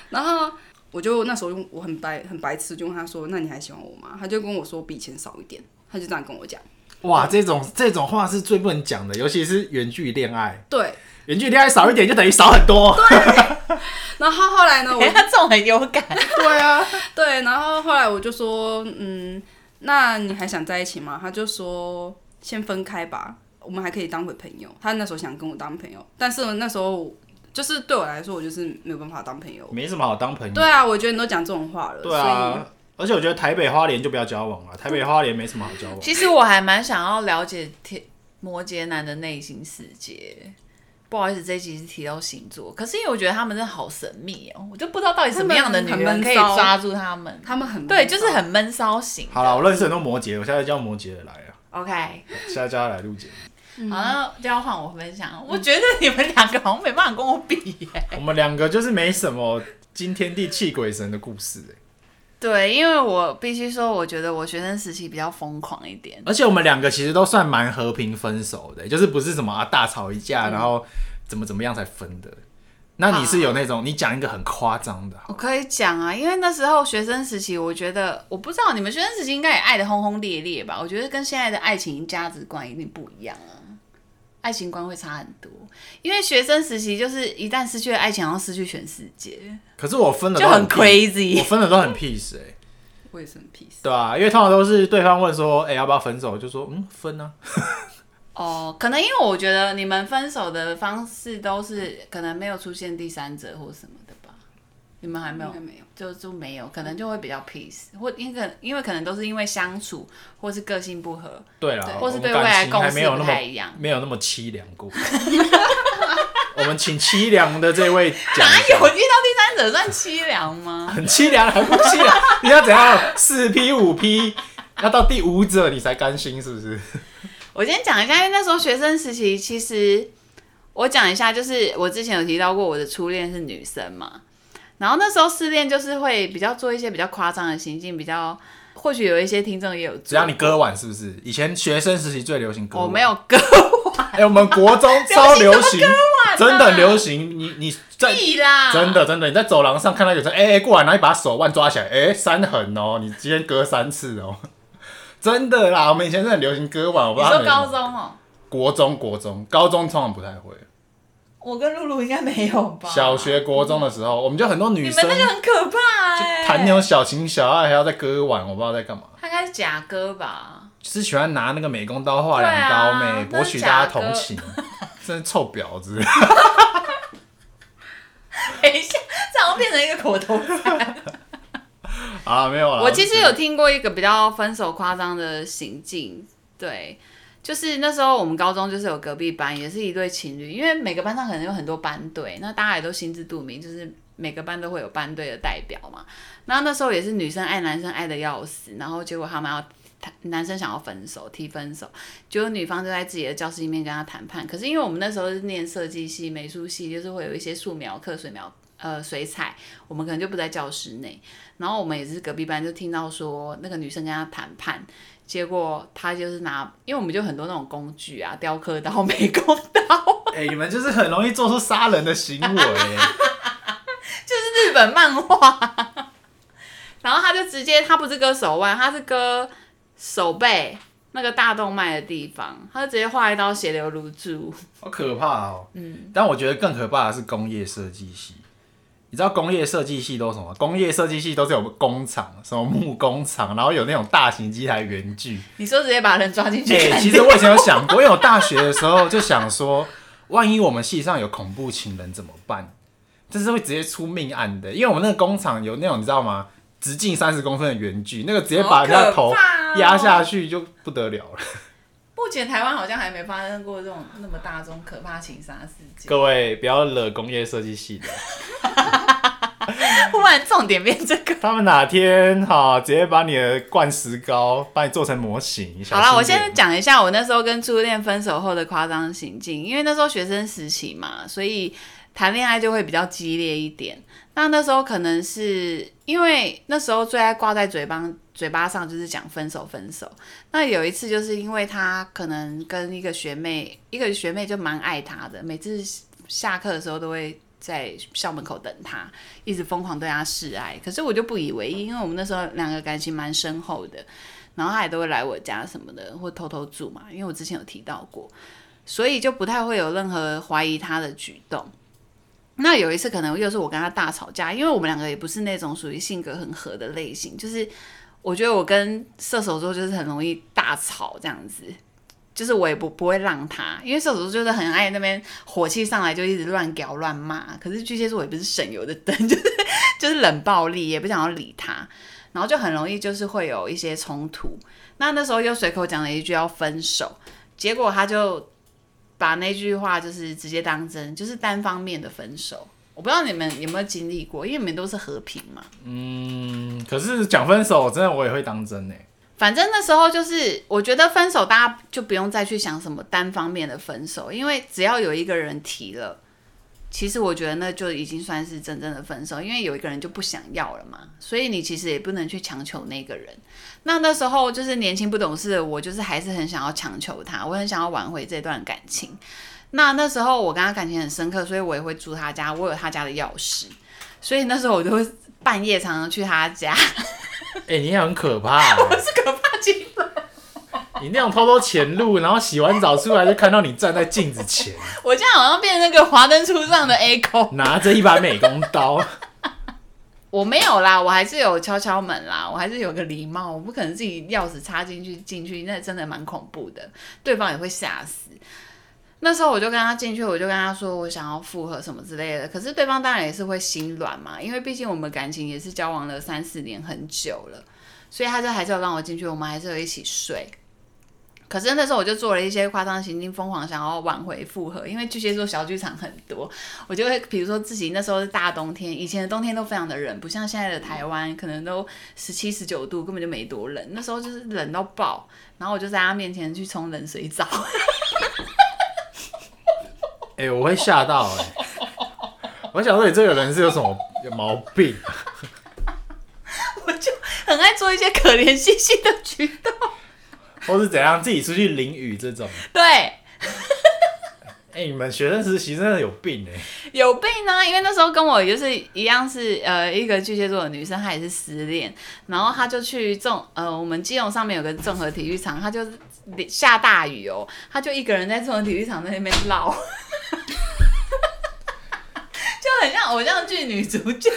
A: 然后我就那时候我很白很白痴，就问他说：“那你还喜欢我吗？”他就跟我说比以前少一点，他就这样跟我讲。
B: 哇，这种这种话是最不能讲的，尤其是远距离恋爱。
A: 对，
B: 远距离恋爱少一点就等于少很多。
A: 然后后来呢，我
C: 哎、他这种很有感。
B: 对啊，
A: 对，然后后来我就说，嗯，那你还想在一起吗？他就说先分开吧，我们还可以当回朋友。他那时候想跟我当朋友，但是那时候就是对我来说，我就是没有办法当朋友。
B: 没什么好当朋友。
A: 嗯对啊，我觉得你都讲这种话了，
B: 对啊，而且我觉得台北花莲就不要交往了，台北花莲没什么好交往。
C: 其实我还蛮想要了解天摩羯男的内心世界。不好意思，这一集是提到星座，可是因为我觉得他们真的好神秘哦，我就不知道到底什么样的女
A: 他们
C: 人
A: 很
C: 可以
A: 骚
C: 抓住他们
A: 所以。他们很
C: 对，就是很闷骚型。
B: 好了，我认识很多摩羯，我下次叫摩羯的来啊，
C: OK，
B: 下次叫他来录节目。
C: 好，那就要换我分享。我觉得你们两个好像没办法跟我比耶。
B: 我们两个就是没什么惊天地泣鬼神的故事、欸，
C: 对，因为我必须说，我觉得我学生时期比较疯狂一点。
B: 而且我们两个其实都算蛮和平分手的、就是不是什么啊大吵一架，
C: 嗯
B: 然后怎么怎么样才分的。那你是有那
C: 啊
B: 种你讲一个很夸张的，
C: 我可以讲啊，因为那时候学生时期，我觉得我不知道你们学生时期应该也爱的轰轰烈烈吧？我觉得跟现在的爱情价值观一定不一样啊，爱情观会差很多。因为学生时期就是一旦失去了爱情，然后失去全世界，
B: 可是我分了
C: 就很
B: peace，我
C: crazy。
B: 分了都很 peace 哎、
A: 我也是很 peace。
B: 对啊，因为通常都是对方问说，哎、要不要分手，我就说嗯分啊，
C: 哦，可能因为我觉得你们分手的方式都是可能没有出现第三者或什么的吧？你们还没有
A: 应该？没有，
C: 就就没有，可能就会比较 peace，或因为因为可能都是因为相处或是个性不合，
B: 对啦，
C: 或是
B: 我们
C: 对未
B: 感
C: 来
B: 情还
C: 共识
B: 没有那
C: 不
B: 么
C: 太一样
B: 没有那么凄凉过。 我们请凄凉的这位讲
C: 哪
B: 一下，
C: 有遇到第三者算凄凉吗？
B: 很凄凉，很不凄凉？你要怎样四 P 五 P，要到第五者你才甘心，是不是？
C: 我先讲一下，因为那时候学生时期，其实我讲一下，就是我之前有提到过，我的初恋是女生嘛，然后那时候失恋就是会比较做一些比较夸张的行径，比较或许有一些听众也有做，
B: 只要你割腕，是不是？以前学生时期最流行割
C: 我
B: 腕，
C: 哦没有割
B: 哎、我们国中超流行，真的
C: 啊
B: 流行。你你在
C: 屁啦，
B: 真的真的，你在走廊上看到有人哎哎过来，然后你把手腕抓起来，哎、三痕哦，你今天割三次哦， 真的啦。我们以前是很流行割腕，我不
C: 你
B: 知道们
C: 说
B: 有没有
C: 高中哦、
B: 国中国中高中通常不太会，
C: 我跟露露应该没有吧？
B: 小学国中的时候，我们就很多女
C: 你们
B: 生
C: 那个很可怕哎、
B: 谈那种小情小爱，还要在割腕，我不知道在干嘛。
C: 他应该是假割吧？
B: 只喜欢拿那个美工刀、画
C: 对
B: 两刀
C: 啊
B: 妹，
C: 那
B: 博
C: 是
B: 取
C: 假
B: 大
C: 的
B: 家同情， 真是臭婊子。
C: 等一下，这好像变成一个口头禅。
B: 啊，没有啦。
C: 我其实
B: 只
C: 有听过一个比较分手夸张的行径，对，就是那时候我们高中就是有隔壁班，也是一对情侣，因为每个班上可能有很多班队，那大家也都心知肚明，就是每个班都会有班队的代表嘛。然后那时候也是女生爱男生爱的要死，然后结果他们要谈。男生想要分手，提分手，结果女方就在自己的教室里面跟他谈判。可是因为我们那时候是念设计系、美术系，就是会有一些素描课、水描呃水彩，我们可能就不在教室内。然后我们也是隔壁班，就听到说那个女生跟他谈判，结果他就是拿，因为我们就很多那种工具啊，雕刻刀、美工刀，
B: 哎、你们就是很容易做出杀人的行为。欸
C: 就是日本漫画。 然后他就直接，他不是割手腕，他是割手背那个大动脉的地方，他就直接划一刀血流如注。
B: 好可怕哦。嗯，但我觉得更可怕的是工业设计系。你知道工业设计系都是什么？工业设计系都是有工厂，什么木工厂，然后有那种大型机台圆锯。
C: 你说直接把人抓进去
B: 哎、
C: 砍
B: 其
C: 掉？
B: 实我以前有想过，因为我大学的时候就想说，万一我们系上有恐怖情人怎么办？这是会直接出命案的，因为我们那个工厂有那种你知道吗？直径三十公分的圆锯，那个直接把人家头
C: 好可怕哦
B: 压下去就不得了了。
C: 目前台湾好像还没发生过这种那么大宗可怕情杀事件。
B: 各位不要惹工业设计系的，
C: 忽然重点变这个。
B: 他们哪天哈、直接把你的灌石膏，把你做成模型。小
C: 好啦，
B: 心
C: 我先
B: 点
C: 讲一下我那时候跟初恋分手后的夸张行径，因为那时候学生时期嘛，所以谈恋爱就会比较激烈一点。那那时候可能是因为那时候最爱挂在嘴巴嘴巴上就是讲分手分手。那有一次就是因为他可能跟一个学妹，一个学妹就蛮爱他的，每次下课的时候都会在校门口等他，一直疯狂对他示爱。可是我就不以为意，因为我们那时候两个感情蛮深厚的，然后他也都会来我家什么的，或偷偷住嘛，因为我之前有提到过，所以就不太会有任何怀疑他的举动。那有一次可能又是我跟他大吵架，因为我们两个也不是那种属于性格很合的类型，就是我觉得我跟射手座就是很容易大吵这样子，就是我也不不会让他，因为射手座就是很爱那边火气上来就一直乱搞乱骂，可是巨蟹座也不是省油的灯， 就是就是冷暴力，也不想要理他，然后就很容易就是会有一些冲突。那那时候又随口讲了一句要分手，结果他就把那句话就是直接当真，就是单方面的分手。我不知道你们有没有经历过，因为你们都是和平嘛。
B: 嗯，可是讲分手，真的我也会当真呢。
C: 反正那时候就是，我觉得分手大家就不用再去想什么单方面的分手，因为只要有一个人提了，其实我觉得那就已经算是真正的分手，因为有一个人就不想要了嘛，所以你其实也不能去强求那个人。那那时候就是年轻不懂事的我，就是还是很想要强求他，我很想要挽回这段感情。那那时候我跟他感情很深刻，所以我也会住他家，我有他家的钥匙，所以那时候我就会 半夜常常去他家，
B: 哎、你也很可怕、啊
C: 是可怕极了。
B: 你那种偷偷潜入，然后洗完澡出来就看到你站在镜子前，
C: 我现在好像变成那个华灯初上的 echo。
B: 拿着一把美工刀。
C: 我没有啦，我还是有敲敲门啦，我还是有个礼貌，我不可能自己钥匙插进去进去，那真的蛮恐怖的，对方也会吓死。那时候我就跟他进去，我就跟他说我想要复合什么之类的，可是对方当然也是会心软嘛，因为毕竟我们感情也是交往了三四年很久了，所以他就还是有让我进去，我们还是有一起睡。可是那时候我就做了一些夸张行径，疯狂想要挽回复合，因为巨蟹座小剧场很多，我就会比如说自己那时候是大冬天，以前的冬天都非常的冷，不像现在的台湾可能都十七十九度，根本就没多冷。那时候就是冷到爆，然后我就在他面前去冲冷水澡，
B: 哎、我会吓到哎、我想说你这个人是有什么毛病？
C: 我就很爱做一些可怜兮兮的举动。
B: 或是怎样自己出去淋雨这种？
C: 对，
B: 哎、你们学生时期真的有病哎、
C: 有病啊！因为那时候跟我就是一样是呃一个巨蟹座的女生，她也是失恋，然后她就去综呃我们基隆上面有个综合体育场，她就下大雨哦，她就一个人在综合体育场在那边 绕，就很像偶像剧女主角。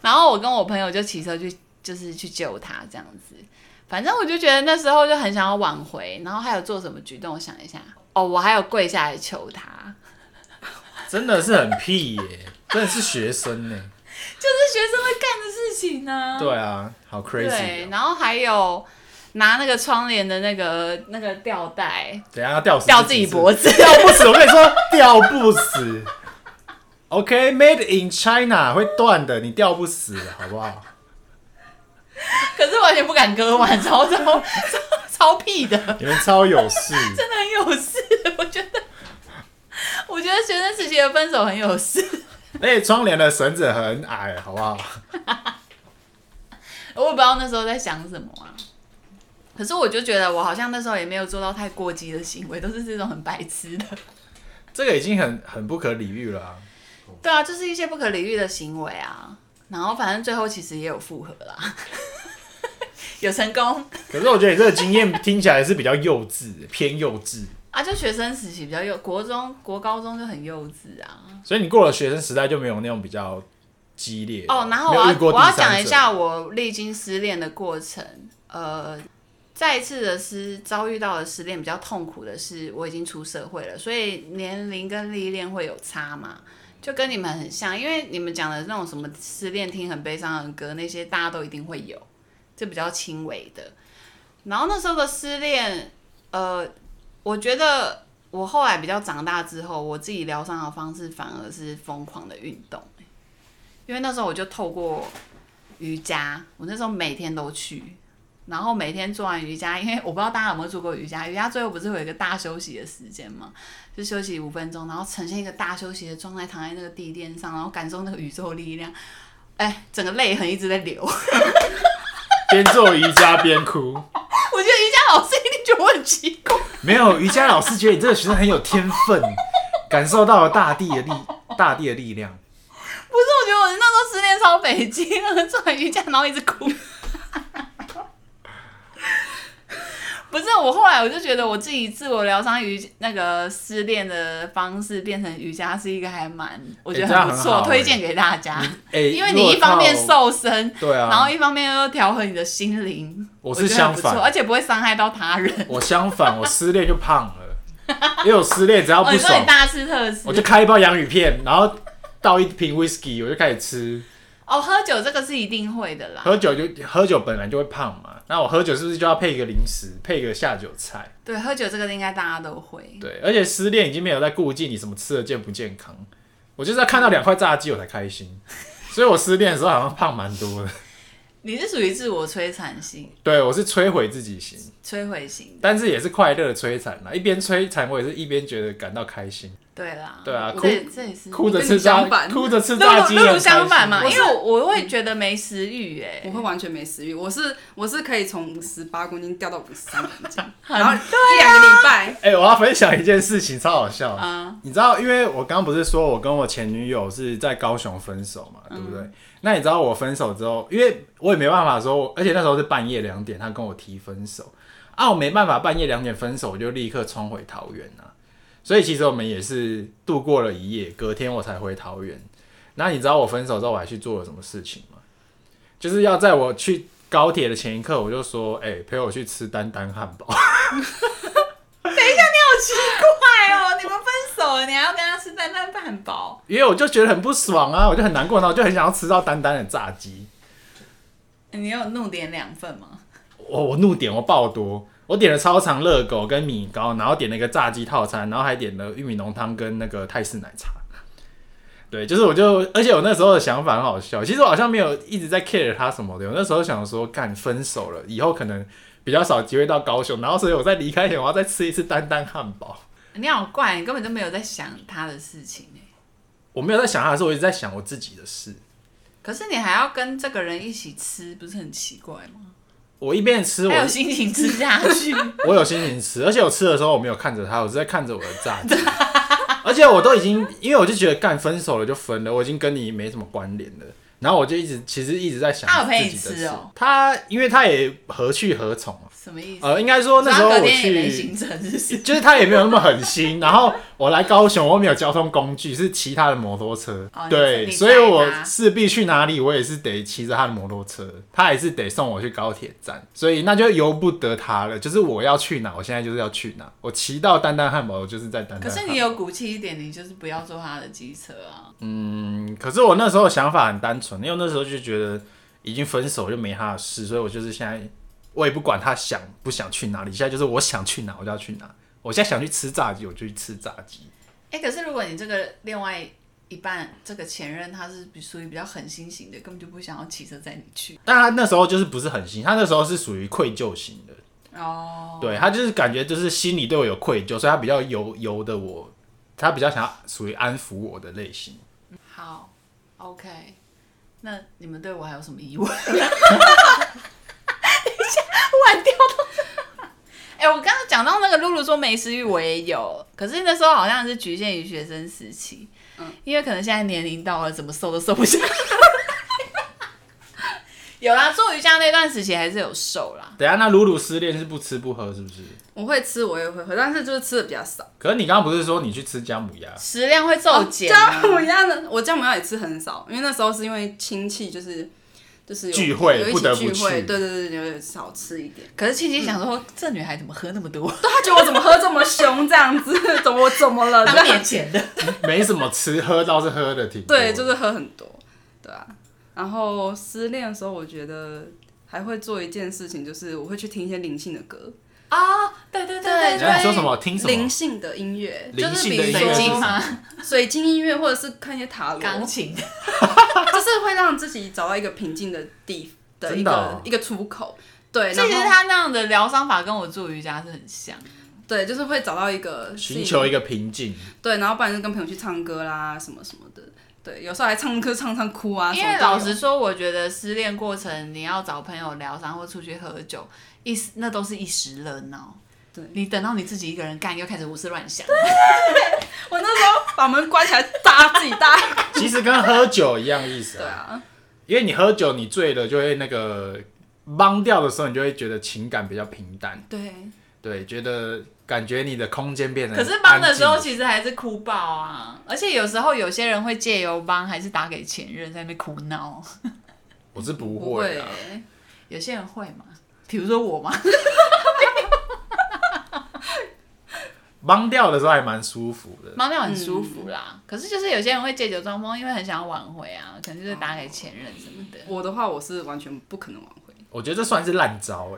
C: 然后我跟我朋友就骑车去，就是去救她这样子。反正我就觉得那时候就很想要挽回，然后还有做什么举动？我想一下，哦，我还有跪下来求她。
B: 真的是很屁耶、真的是学生呢、
C: 就是学生会干的事情呢、
B: 对啊，好 crazy
C: 对，
B: 哦、
C: 然后还有拿那个窗帘的那个那个吊带
B: 等一下要吊死
C: 吊自己脖
B: 子，
C: 子，
B: 吊不死！我跟你说，吊不死。OK，made、in China 会断的，你吊不死的好不好？
C: 可是完全不敢割腕， 超超超超屁的，真
B: 你们超有事，
C: 的很有事，我觉得。我觉得学生时期的分手很有事，
B: 而且哎窗帘的绳子很矮，好不好？
C: 我也不知道那时候在想什么啊。可是我就觉得我好像那时候也没有做到太过激的行为，都是这种很白痴的。
B: 这个已经很很不可理喻了、啊。
C: 对啊，就是一些不可理喻的行为啊。然后反正最后其实也有复合啦， 有成功
B: 可是我觉得你这个经验听起来是比较幼稚，偏幼稚。
C: 啊。就学生时期比较幼，国中、国高中就很幼稚啊。
B: 所以你过了学生时代就没有那种比较激烈的
C: 哦，然后
B: 没
C: 我
B: 有
C: 要
B: 遇过
C: 我
B: 第
C: 要
B: 三
C: 讲一
B: 者
C: 下我历经失恋的过程。呃，再一次的失遭遇到的失恋比较痛苦的是，我已经出社会了，所以年龄跟历练会有差嘛。就跟你们很像，因为你们讲的那种什么失恋听很悲伤的歌，那些大家都一定会有，这比较轻微的。然后那时候的失恋，呃，我觉得我后来比较长大之后，我自己疗伤的方式反而是疯狂的运动，因为那时候我就透过瑜伽，我那时候每天都去。然后每天做完瑜伽，因为我不知道大家有没有做过瑜伽，瑜伽最后不是会有一个大休息的时间吗？就休息五分钟，然后呈现一个大休息的状态，躺在那个地垫上，然后感受那个宇宙力量。哎，整个泪痕一直在流。
B: 边做瑜伽边哭。
C: 我觉得瑜伽老师一定觉得我很奇怪，
B: 没有瑜伽老师觉得你这个学生很有天分，感受到了大地的力，大地的力量。
C: 不是？我觉得我那时候失恋超北京，做完瑜伽然后一直哭。不是，我后来我就觉得我自己自我疗伤瑜那个失恋的方式变成瑜伽是一个还蛮我觉得
B: 哎这样
C: 很不
B: 很
C: 错，
B: 好哎
C: 推荐给大家。
B: 哎、
C: 因为你一方面，瘦身，
B: 对啊，
C: 然后一方面又调和你的心灵，
B: 我
C: 我
B: 是
C: 觉得很不
B: 相反
C: 错而且不会伤害到他人。
B: 我相反，我失恋就胖了，因为我失恋只要
C: 哦，
B: 不
C: 你说
B: 爽
C: 你，大吃特吃
B: 我，就开一包洋芋片，然后倒一瓶 whisky，我就开始吃。
C: 哦，喝酒这个是一定会的啦。
B: 喝酒就喝酒本来就会胖嘛，那我喝酒是不是就要配一个零食，配一个下酒菜？
C: 对，喝酒这个应该大家都
A: 嗯
C: 会。
B: 对，而且失恋已经没有在顾忌你什么吃的健不健康，我就是要看到两块炸鸡我才开 心，所以我失恋的时候好像胖蛮多的。
C: 你是属于自我摧残型、
B: 对，我是摧毁自己型，
C: 摧毁型的。
B: 但是也是快乐的摧残啦。一边摧残，我也是一边觉得感到开心，
C: 对啦，
B: 对啊哭
C: 这这也是
B: 哭着
A: 嗯跟
B: 吃
A: 你
B: 炸
A: 相，反
B: 哭着吃
C: 露
B: 炸
C: 露
B: 鸡
C: 露
B: 很
C: 露
B: 开
C: 相反
B: 心
C: 嘛，
B: 我
C: 因为我我会觉得没食欲哎、
A: 我会完全没食欲，我是我是可以从五十八公斤掉到五十三公 斤，
C: 很
A: 然后一两个礼拜，
B: 哎、我要分享一件事情，超好笑。
C: 嗯
B: 你知道，因为我刚刚不是说我跟我前女友是在高雄分手嘛，对不对？那你知道我分手之后，因为我也没办法说，而且那时候是半夜两点，她跟我提分手啊，我没办法半夜两点分手，我就立刻冲回桃园啊。所以其实我们也是度过了一夜，隔天我才回桃园。那你知道我分手之后我还去做了什么事情吗？就是要在我去高铁的前一刻，我就说：“哎、陪我去吃丹丹汉堡。”
C: 好奇怪哦，你们分手了，你还要跟他吃蛋蛋饭堡？
B: 因为我就觉得很不爽啊，我就很难过，然后我就很想要吃到丹丹的炸鸡。
C: 哎你有怒点两份吗？
B: 我我怒点我爆多，我点了超长热狗跟米糕，然后点了一个炸鸡套餐，然后还点了玉米浓汤跟那个泰式奶茶。对，就是我就，而且我那时候的想法很好笑，其实我好像没有一直在 care 他什么的，我那时候想说，干分手了以后可能比较少机会到高雄，然后所以我在离开前我要再吃一次丹丹汉堡。
C: 你好怪，你根本就没有在想他的事情哎、
B: 我没有在想他的时候，我一直在想我自己的事。
C: 可是你还要跟这个人一起吃，不是很奇怪吗？
B: 我一边吃我
C: 还有心情吃 下去？
B: 我有心情吃，而且我吃的时候我没有看着他，我是在看着我的炸鸡。 而且我都已经，因为我就觉得干分手了就分了，我已经跟你没什么关联了。然后我就一直其实一直在想
C: 他有
B: 自
C: 陪你
B: 己的
C: 吃
B: 事
C: 哦。
B: 他因为他也何去何从啊？
C: 什么意思？
B: 呃，应该说那时候
C: 所以他
B: 我
C: 隔天也没行
B: 去，
C: 程，是不是？
B: 就是他也没有那么狠心。然后我来高雄，我没有交通工具，是骑他的摩托车。
C: 哦你
B: 对，
C: 你载
B: 所以我
C: 他
B: 势必去哪里，我也是得骑着他的摩托车，他也是得送我去高铁站，所以那就由不得他了。就是我要去哪，我现在就是要去哪。我骑到丹丹汉堡，我就是在丹丹。
C: 可是你，有骨气一点，你就是不要坐他的机车啊。
B: 嗯，可是我那时候想法很单纯，因为我那时候就觉得已经分手就没他的事，所以我就是现在我也不管他想不想去哪里，现在就是我想去哪我就要去哪。我现在想去吃炸鸡，我就去吃炸鸡。
C: 哎、可是如果你这个另外一半这个前任他是比属于比较狠心型的，根本就不想要骑车载你去
B: 但他那时候就是不是很心，他那时候是属于愧疚型的，
C: 哦。
B: 对他就是感觉就是心里对我有愧疚，所以他比较由由的我，他比较想要属于安抚我的类型。
C: 好，OK，那你们对我还有什么疑问？ 等一下，碗掉到。哎、我刚刚讲到那个露露说没食欲，我也有，可是那时候好像是局限于学生时期，嗯，因为可能现在年龄到了，怎么瘦都瘦不下来。 有啦，做瑜伽那段时期还是有瘦啦。
B: 等一下，那鲁鲁失恋是不吃不喝是不是？
A: 我会吃，我也会喝，但是就是吃的比较少。
B: 可是你刚刚不是说你去吃姜母 鸭？
C: 食量会骤减、
A: 姜
C: 啊，
A: 母鸭呢？我姜母鸭也吃很少，因为那时候是因为亲戚就是就是有
B: 聚会
A: 有一
B: 不
A: 起
B: 得不
A: 聚会，
B: 去
A: 对对对对，有点少吃一点。
C: 可是庆庆想说，这女孩怎么喝那么多？
A: 对他觉得我怎么喝这么凶这样子，怎么我怎么了？
C: 当年前的，
B: 没什么吃，喝倒是喝的挺多的。
A: 对，就是喝很多，对啊。然后失恋的时候，我觉得还会做一件事情，就是我会去听一些灵性的歌，
C: 啊，对对
A: 对
B: 哎。你说什么？听什
A: 灵
B: 么？
A: 性的音乐，就
B: 灵
A: 是
B: 性
A: 比
B: 的
A: 如
B: 音
C: 水
B: 乐是
C: 晶
B: 什
A: 说
C: 吗
B: 么？
A: 水晶音乐，或者是看一些塔罗，
C: 钢琴，
A: 就是会让自己找到一个平静的地的一
B: 真
A: 个
B: 的哦
A: 一个出口。对，
C: 这其实
A: 然后
C: 他那样的疗伤法跟我做瑜伽是很像。
A: 对，就是会找到一个
B: 寻求一
A: 个
B: 个平静。
A: 对，然后不然就跟朋友去唱歌啦，什么什么的。对，有时候还唱歌唱唱哭啊，
C: 因
A: 什
C: 为
A: 么都有
C: 老实说，我觉得失恋过程，你要找朋友疗伤或出去喝酒，一时那都是一时热闹。
A: 对
C: 你等到你自己一个人干，又开始胡思乱想。
A: 我那时候把门关起来，打自己大。
B: 其实跟喝酒一样意思
A: 对
B: 啊，
A: 啊，
B: 因为你喝酒，你醉了就会那个懵掉的时候，你就会觉得情感比较平淡，
A: 对，
B: 对，觉得感觉你的空间变得
C: 可
B: 很
C: 是帮的时候，
B: 安静
C: 其实还是哭爆啊！而且有时候有些人会借由帮，还是打给前任在那边哭闹。
B: 我是不
A: 不
B: 会
A: 会欸
B: 啊，。
C: 有些人会嘛，比如说我嘛。
B: 懵掉的时候还蛮舒服的。
C: 猫尿很舒服啦，可是就是有些人会借酒装疯，因为很想要挽回啊，可能就是打给前任什么的。
A: 我的话，我是完全不可能挽回。
B: 我觉得这算是烂招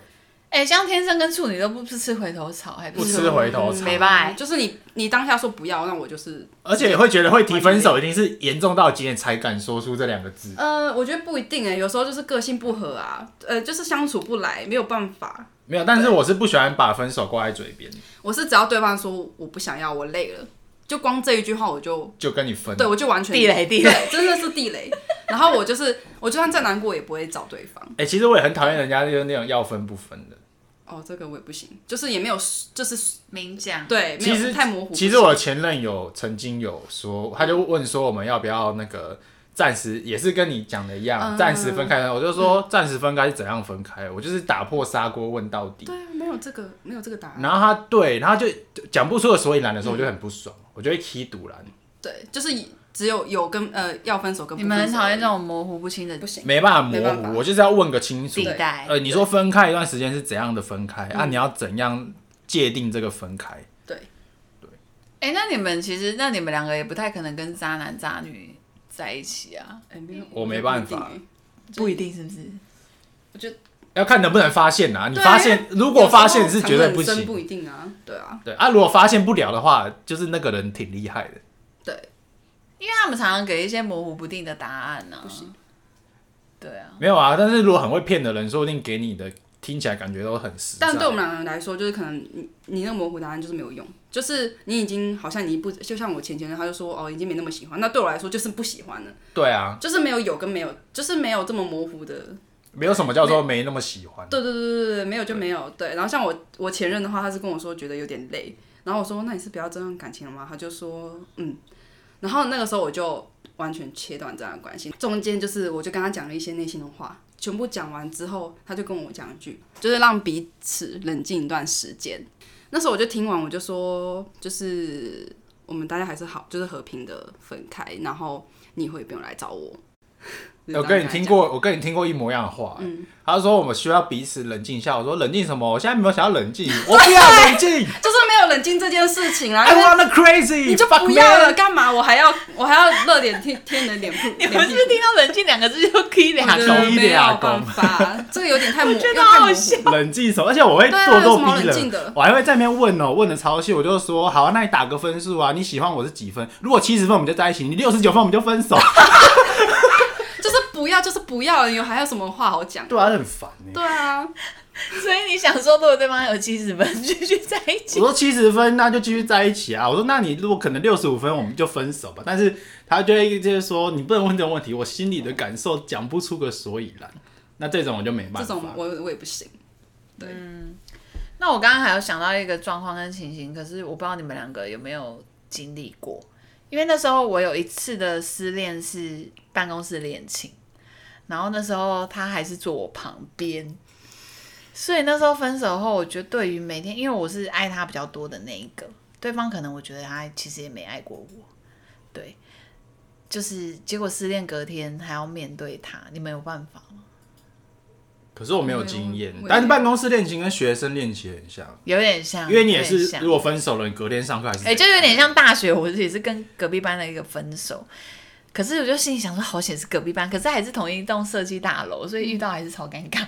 B: 哎、
C: 哎、像天生跟处女都不是吃回头草，还
B: 不
C: 是
B: 吃回头草
C: 嗯没办法
A: 嗯就是你你当下说不要，那我就是
B: 而且会觉得会提分手，一定是严重到极点才敢说出这两个字。
A: 呃，我觉得不一定哎、有时候就是个性不合啊，呃，就是相处不来，没有办法。
B: 没有，但是我是不喜欢把分手挂在嘴边，
A: 我是只要对方说我不想要，我累了，就光这一句话我就
B: 就跟你分。
A: 对我就完全
C: 地雷地雷
A: 对真的是地雷。然后我就是我就算再难过也不会找对方。
B: 哎、其实我也很讨厌人家就是那种要分不分的。
A: 哦，这个我也不行，就是也没有，就是
C: 明讲。
A: 对，没
B: 其
A: 有
B: 实
A: 太模糊不行。
B: 其实我的前任有曾经有说，他就问说我们要不要那个暂时，也是跟你讲的一样，
A: 嗯
B: 暂、时分开。我就说暂时分开是怎样分开，我就是打破砂锅问到底。
A: 对啊，没有这个没有这个答案。
B: 然后他对，然后他就讲不出个所以然的时候，我就很 不爽，我就会踢堵拦，
A: 对，就是只有有跟呃要分手跟不
C: 你们
A: 分
C: 很
A: 手
C: 讨厌这
A: 而
C: 种模糊不清的
A: 已不行。
B: 没办法
A: 没
B: 模
A: 办法
B: 糊，我就是要问个清楚
C: 地。带。
B: 呃，你说分开一段时间是怎样的分开、
A: 嗯
B: 啊？你要怎样界定这个分开？
A: 对，
C: 哎、那你们其实，那你们两个也不太可能跟渣男渣女在一起啊，
A: 哎没有
B: 我没办法
A: 我觉得不一定欸
C: 不一定是不是？
B: 要看能不能发现啊。你
A: 对啊
B: 发现，如果发现是绝对
A: 有时候藏得很深
B: 行。
A: 不一定啊，对啊，
B: 对啊，如果发现不了的话，就是那个人挺厉害的。
A: 对，
C: 因为他们常常给一些模糊不定的答案呢、啊。对
A: 哦
C: 啊，
B: 没有啊，但是如果很会骗的人，说不定给你的听起来感觉都很实在。
A: 但对我们两个人来说，就是可能你你那个模糊答案就是没有用，就是你已经好像你不就像我前前任他就说哦已经没那么喜欢，那对我来说就是不喜欢了，
B: 对啊，
A: 就是没有有跟没有，就是没有这么模糊的，
B: 没有什么叫做没那么喜欢。
A: 对对对对对对，没有就没有，对。然后像我我前任的话，他是跟我说觉得有点累，然后我说那你是不要这段感情了吗？他就说嗯，然后那个时候我就完全切断这段关系，中间就是我就跟他讲了一些内心的话，全部讲完之后，他就跟我讲一句，就是让彼此冷静一段时间。那时候我就听完，我就说就是我们大家还是好，就是和平的分开，然后你以后也不用来找我。 就是这样
B: 我跟你
A: 他
B: 听
A: 讲，
B: 过，我跟你听过一模一样的话、
A: 嗯
B: 他说我们需要彼此冷静一下。我说冷静什么？我现在没有想要冷 静，我不要冷静。
A: 就是没有冷静这件事情啦，
B: I
A: 因为
B: wanna crazy，
A: 你就
B: fuck
A: 不要
B: me
A: 了，。干嘛？我还要我还要热脸贴贴你的脸部，
C: 你
A: 脸
C: 们是不是听到“冷静”两个字就可以
A: 我
C: 俩
A: 觉
B: 公
A: 得
C: 口？
B: 一
A: 没有
B: 俩
A: 办
B: 公
A: 法， 这个有点太模，
C: 啊觉得
A: 又太模
C: 好
A: 糊
C: 笑
B: 冷静什么？而且我会
A: 对啊
B: 咄
A: 有
B: 咄
A: 什么好
B: 逼
A: 冷静的
B: 人，我还会在那边问哦、问的超细，我就说好、啊，那你打个分数啊，你喜欢我是几分？如果七十分我们就在一起，你六十九分我们就分手。
A: 就是不要，就是不要，你还有什么话好讲？
B: 对啊，很烦哎、
A: 对啊，
C: 所以你想说，如果对方有七十分，继续在一
B: 我
C: 起。
B: 说七十分，那就继续在一起啊。我说，那你如果可能六十五分，我们就分手吧。但是他就会就是说，你不能问这种问题，我心里的感受讲不出个所以然。那这种我就没办
A: 这
B: 法。
A: 种我我也不行。对，
C: 那我刚刚还有想到一个状况跟情形，可是我不知道你们两个有没有经历过，因为那时候我有一次的失恋是办公室恋情，然后那时候他还是坐我旁边，所以那时候分手后，我觉得对于每天，因为我是爱他比较多的那一个，对方可能我觉得他其实也没爱过我，对，就是结果失恋隔天还要面对他，你们有办法吗？
B: 可是我没有经验
A: 我也，
B: 但是办公室恋情跟学生恋情很像，
C: 有点像，
B: 因为你也
C: 嗯有点
B: 是
C: 像
B: 如果分手了，你隔天上课还是
C: 哎、就有点像大学，我也是跟隔壁班的一个分手。可是我就心里想说，好险是隔壁班，可是还是同一栋设计大楼，所以遇到还是超尴尬。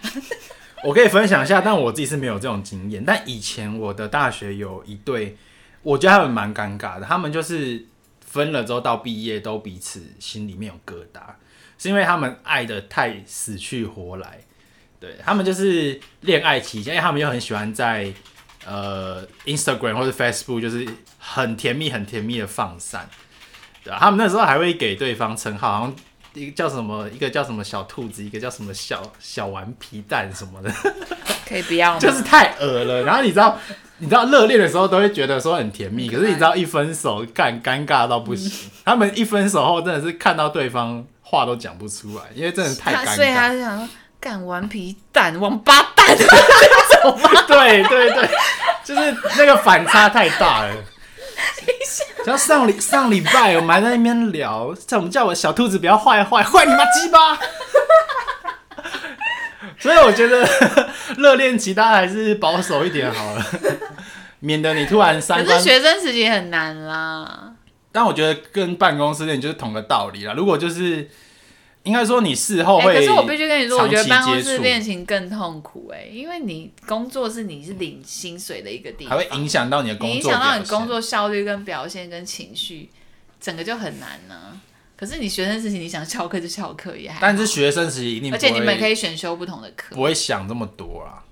B: 我可以分享一下，但我自己是没有这种经验。但以前我的大学有一对，我觉得他们蛮尴尬的。他们就是分了之后到毕业都彼此心里面有疙瘩，是因为他们爱的太死去活来。对他们就是恋爱期间，因为他们又很喜欢在呃 Instagram 或者 Facebook 就是很甜蜜、很甜蜜的放散。对啊，他们那时候还会给对方称号，好像一个叫什么，一个叫什么小兔子，一个叫什么小小顽皮蛋什么的，
C: 可以不要吗？
B: 就是太恶了。然后你知道，你知道热恋的时候都会觉得说很甜蜜，可
C: 很可爱
B: 是你知道一分手，干尴尬到不行。他们一分手后真的是看到对方话都讲不出来，因为真的太
C: 他，
B: 尴
C: 所以他
B: 尬。
C: 就想说，干顽皮蛋、王八 蛋，
B: 对对对，就是那个反差太大了。 然后上礼上礼拜我们还在那边聊，叫我们叫我小兔子不要坏坏坏你妈鸡 巴。所以我觉得 热恋期大家还是保守一点好了，免得你突然
C: 可
B: 三观
C: 是。学生时期很难啦。
B: 但我觉得跟办公室恋就是同个道理啦。如果就是应该说你事后
C: 哎、
B: 会、
C: 可是我必须跟你说，我觉得办公室恋
B: 情
C: 情更痛苦哎、因为你工作是你是领薪水的一个地
B: 还
C: 方，
B: 会影响到你的工
C: 你
B: 作，
C: 影响到你工。作效率、跟表现、跟情绪，整个就很难呢、可是你学生时期，你想翘课就翘课也还好，
B: 但是学生时期一定不
C: 而
B: 会，
C: 且你们可以选修不同的课
B: 不，会想这么多啦。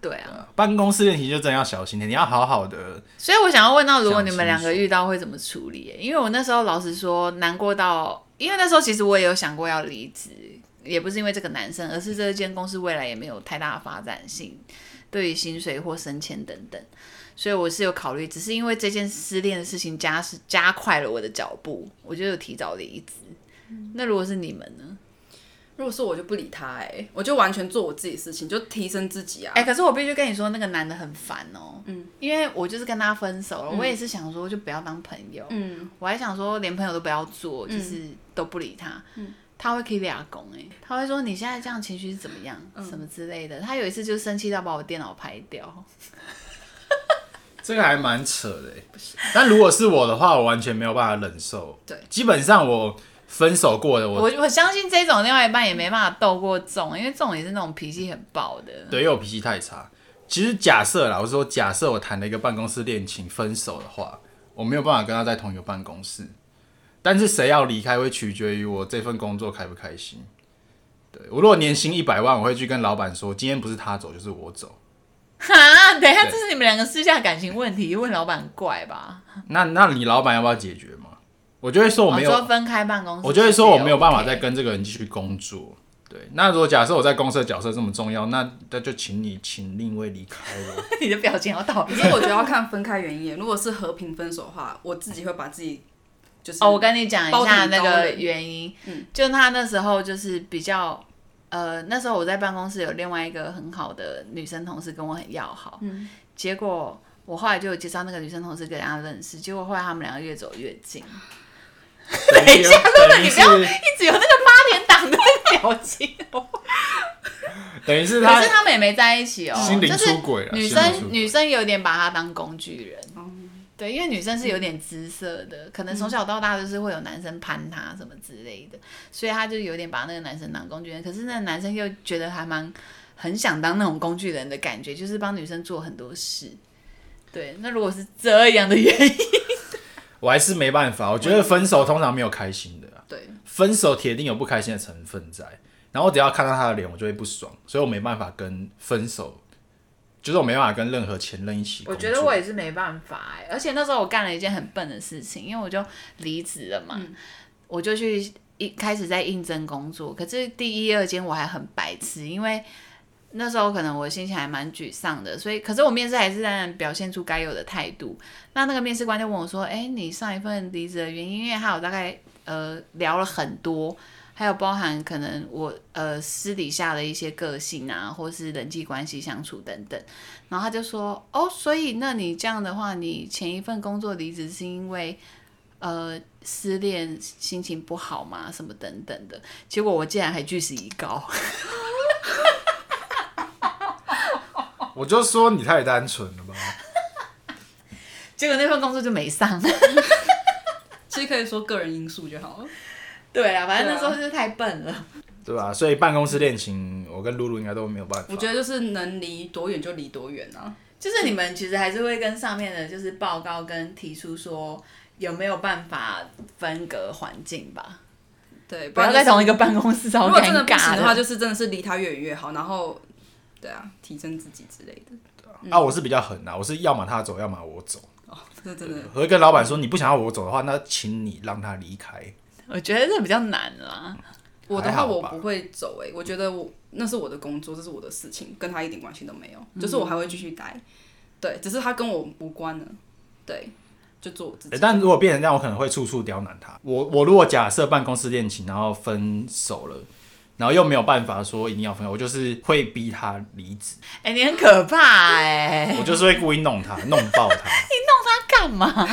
C: 对啊。
B: 办公室恋情就真的要小心点，你要好好的。
C: 所以我想要问到，如果
B: 想
C: 你
B: 清
C: 们两个
B: 楚
C: 遇到会怎么处理欸、因为我那时候老实说，难过到，因为那时候其实我也有想过要离职，也不是因为这个男生，而是这间公司未来也没有太大的发展性，对于薪水或升迁等等。所以我是有考虑，只是因为这件失恋的事情加是加快了我的脚步，我就有提早离职。那如果是你们呢？
A: 如果是我就不理他、哎，我就完全做我自己的事情，就提升自己啊。
C: 哎、可是我必须跟你说，那个男的很烦哦、嗯，因为我就是跟他分手了，我也是想说就不要当朋友。
A: 嗯，
C: 我还想说，连朋友都不要做，就是都不理他。
A: 嗯
C: 他会可以俩拱哎，他会说你现在这样情绪是怎么样，
A: 嗯
C: 什么之类的。他有一次就生气到把我电脑拍掉，
B: 这个还蛮扯的欸，但如果是我的话，我完全没有办法忍受。
A: 对
B: 基本上我分手过的，我
C: 我我相信这种另外一半也没办法斗过这种，因为这种也是那种脾气很暴的。
B: 对，因为我脾气太差。其实假设啦，我说假设我谈了一个办公室恋情分手的话，我没有办法跟他在同一个办公室。但是谁要离开会取决于我这份工作开不开心。对我如果年薪一百万，我会去跟老板说，今天不是他走就是我走。
C: 哈，等一下，
B: 对
C: 这是你们两个私下感情问题，问老板怪吧？
B: 那那你老板要不要解决嘛？我就会说我没有，
C: 哦说分开办公室，
B: 我就会说我没有办法再。跟这个人继续工作。对，那如果假设我在公司的角色这么重要，那那就请你请另一位离开 了。
C: 你的表情好讨
A: 可
C: 厌。
A: 是我觉得要看分开原因耶，如果是和平分手的话，我自己会把自己就是
C: 哦，我跟你讲一
A: 包
C: 下
A: 挺
C: 那
A: 高
C: 个
A: 的
C: 原因，
A: 嗯
C: 就他那时候就是比较，呃，那时候我在办公室有另外一个很好的女生同事跟我很要好，
A: 嗯
C: 结果我后来就有介绍那个女生同事给大家认识，结果后来他们两个越走越近，
B: 等一下，等于
C: 不要
B: 是
C: 一直有那个八点档的表情，
B: 等于是他
C: 可是他们也没在一起哦，
B: 心灵
C: 就是
B: 出轨了
C: 女
B: 心灵出
C: 生
B: 轨
C: 女生有点把他当工具人。对，因为女生是有点姿色的，可能从小到大就是会有男生攀她什么之类的，所以她就有点把那个男生当工具人。可是那个男生又觉得还蛮很想当那种工具人的感觉，就是帮女生做很多事。对，那如果是这样的原因，
B: 我还是没办法。我觉得分手通常没有开心的啊、
A: 对
B: 分手铁定有不开心的成分在。然后我只要看到他的脸，我就会不爽，所以我没办法跟分手，就是我没办法跟任何前任一起工
C: 我
B: 作。
C: 觉得我也是没办法哎、而且那时候我干了一件很笨的事情，因为我就离职了嘛，我就去一开始在应征工作，可是第一、二间我还很白痴，因为那时候可能我心情还蛮沮丧的，所以可是我面试还是在表现出该有的态度。那那个面试官就问我说：“哎、你上一份离职的原因？”因为他有大概呃聊了很多。还有包含可能我呃私底下的一些个性啊，或是人际关系相处等等，然后他就说：“哦，所以那你这样的话，你前一份工作离职是因为呃失恋、心情不好嘛，什么等等的。”结果我竟然还据实以告，么？
B: 我就说你太单纯了吧。
C: 结果那份工作就没上。
A: 其实可以说个人因素就好了。
C: 对啊，反正
A: 对啊
C: 那时候就是太笨了。
B: 对吧、所以办公室恋情，我跟露露应该都没有办法。
A: 我觉得就是能离多远就离多远啊。
C: 就是你们其实还是会跟上面的，就是报告跟提出说有没有办法分隔环境吧，
A: 对，
C: 不要
A: 然就
C: 在
A: 是
C: 同一个办公室，超
A: 如果真的
C: 尴
A: 不行
C: 尬
A: 的话，就是真的是离他越远越好。然后，对啊，提升自己之类的。
B: 啊，我是比较狠啊，我是要么他走，要么我走。
A: 这真的，
B: 我会跟老板说，你不想要我走的话，那请你让他离开。
C: 我觉得这比较难啦。
A: 我的话
B: 还好
A: 我
B: 吧
A: 不会走诶、欸我觉得我那是我的工作，这是我的事情，跟他一点关系都没
C: 嗯
A: 有。就是我还会继续待，对，只是他跟我无关了，对，就做我自己。
B: 欸但如果变成这样，我可能会处处刁难他。我我如果假设办公室恋情，然后分手了，然后又没有办法说一定要分手，我就是会逼他 离职，
C: 哎、你很可怕哎、
B: 我就是会故意弄他，弄爆他。
C: 干嘛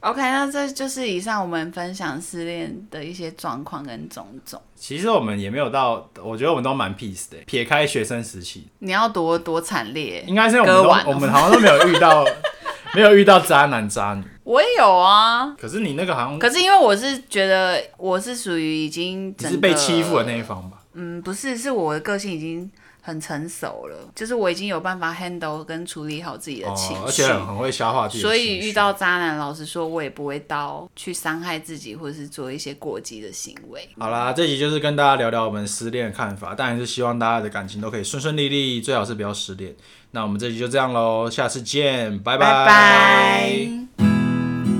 C: ？OK，那这就是以上我们分享失恋的一些状况跟种种。
B: 其实我们也没有到，我觉得我们都蛮 peace 的、撇开学生时期，
C: 你要多多惨烈，
B: 应该是我们
C: 割腕
B: 都
C: 哦
B: 我们好像都没有遇到， 没有遇到渣男渣女。
C: 我也有啊。
B: 可是你那个好像
C: 可是因为我是觉得我是属于已经
B: 你
C: 整
B: 是
C: 个
B: 被欺负的那一方吧？
C: 嗯，不是，是我的个性已经很成熟了，就是我已经有办法 handle 跟处理好自己的情
B: 哦，而
C: 绪，
B: 且很很会消化自己的
C: 所
B: 情绪。
C: 以遇到渣男，老实说，我也不会到去伤害自己或者是做一些过激的行为。
B: 好啦，这集就是跟大家聊聊我们失恋的看法，当然是希望大家的感情都可以顺顺利利，最好是不要失恋。那我们这集就这样喽，下次见，拜
C: 拜拜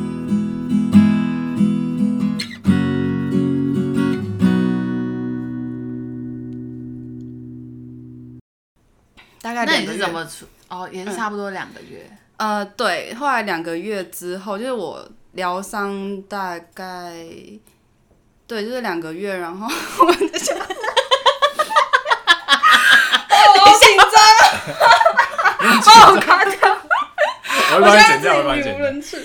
A: 大概
C: 那
A: 两
C: 你
A: 个
C: 是
A: 月嗯
C: 怎么处？哦，也是差不多两个月。
A: 呃，对，后来两个月之后，就是我疗伤大概，对，就是两个月，然后我们就 想，好紧张 啊，哦，我卡掉，
B: 我
A: 我
B: 会帮你
A: 现在
B: 剪
A: 自
B: 掉，我会帮你
A: 己
B: 剪
A: 语无
B: 掉。
A: 伦次。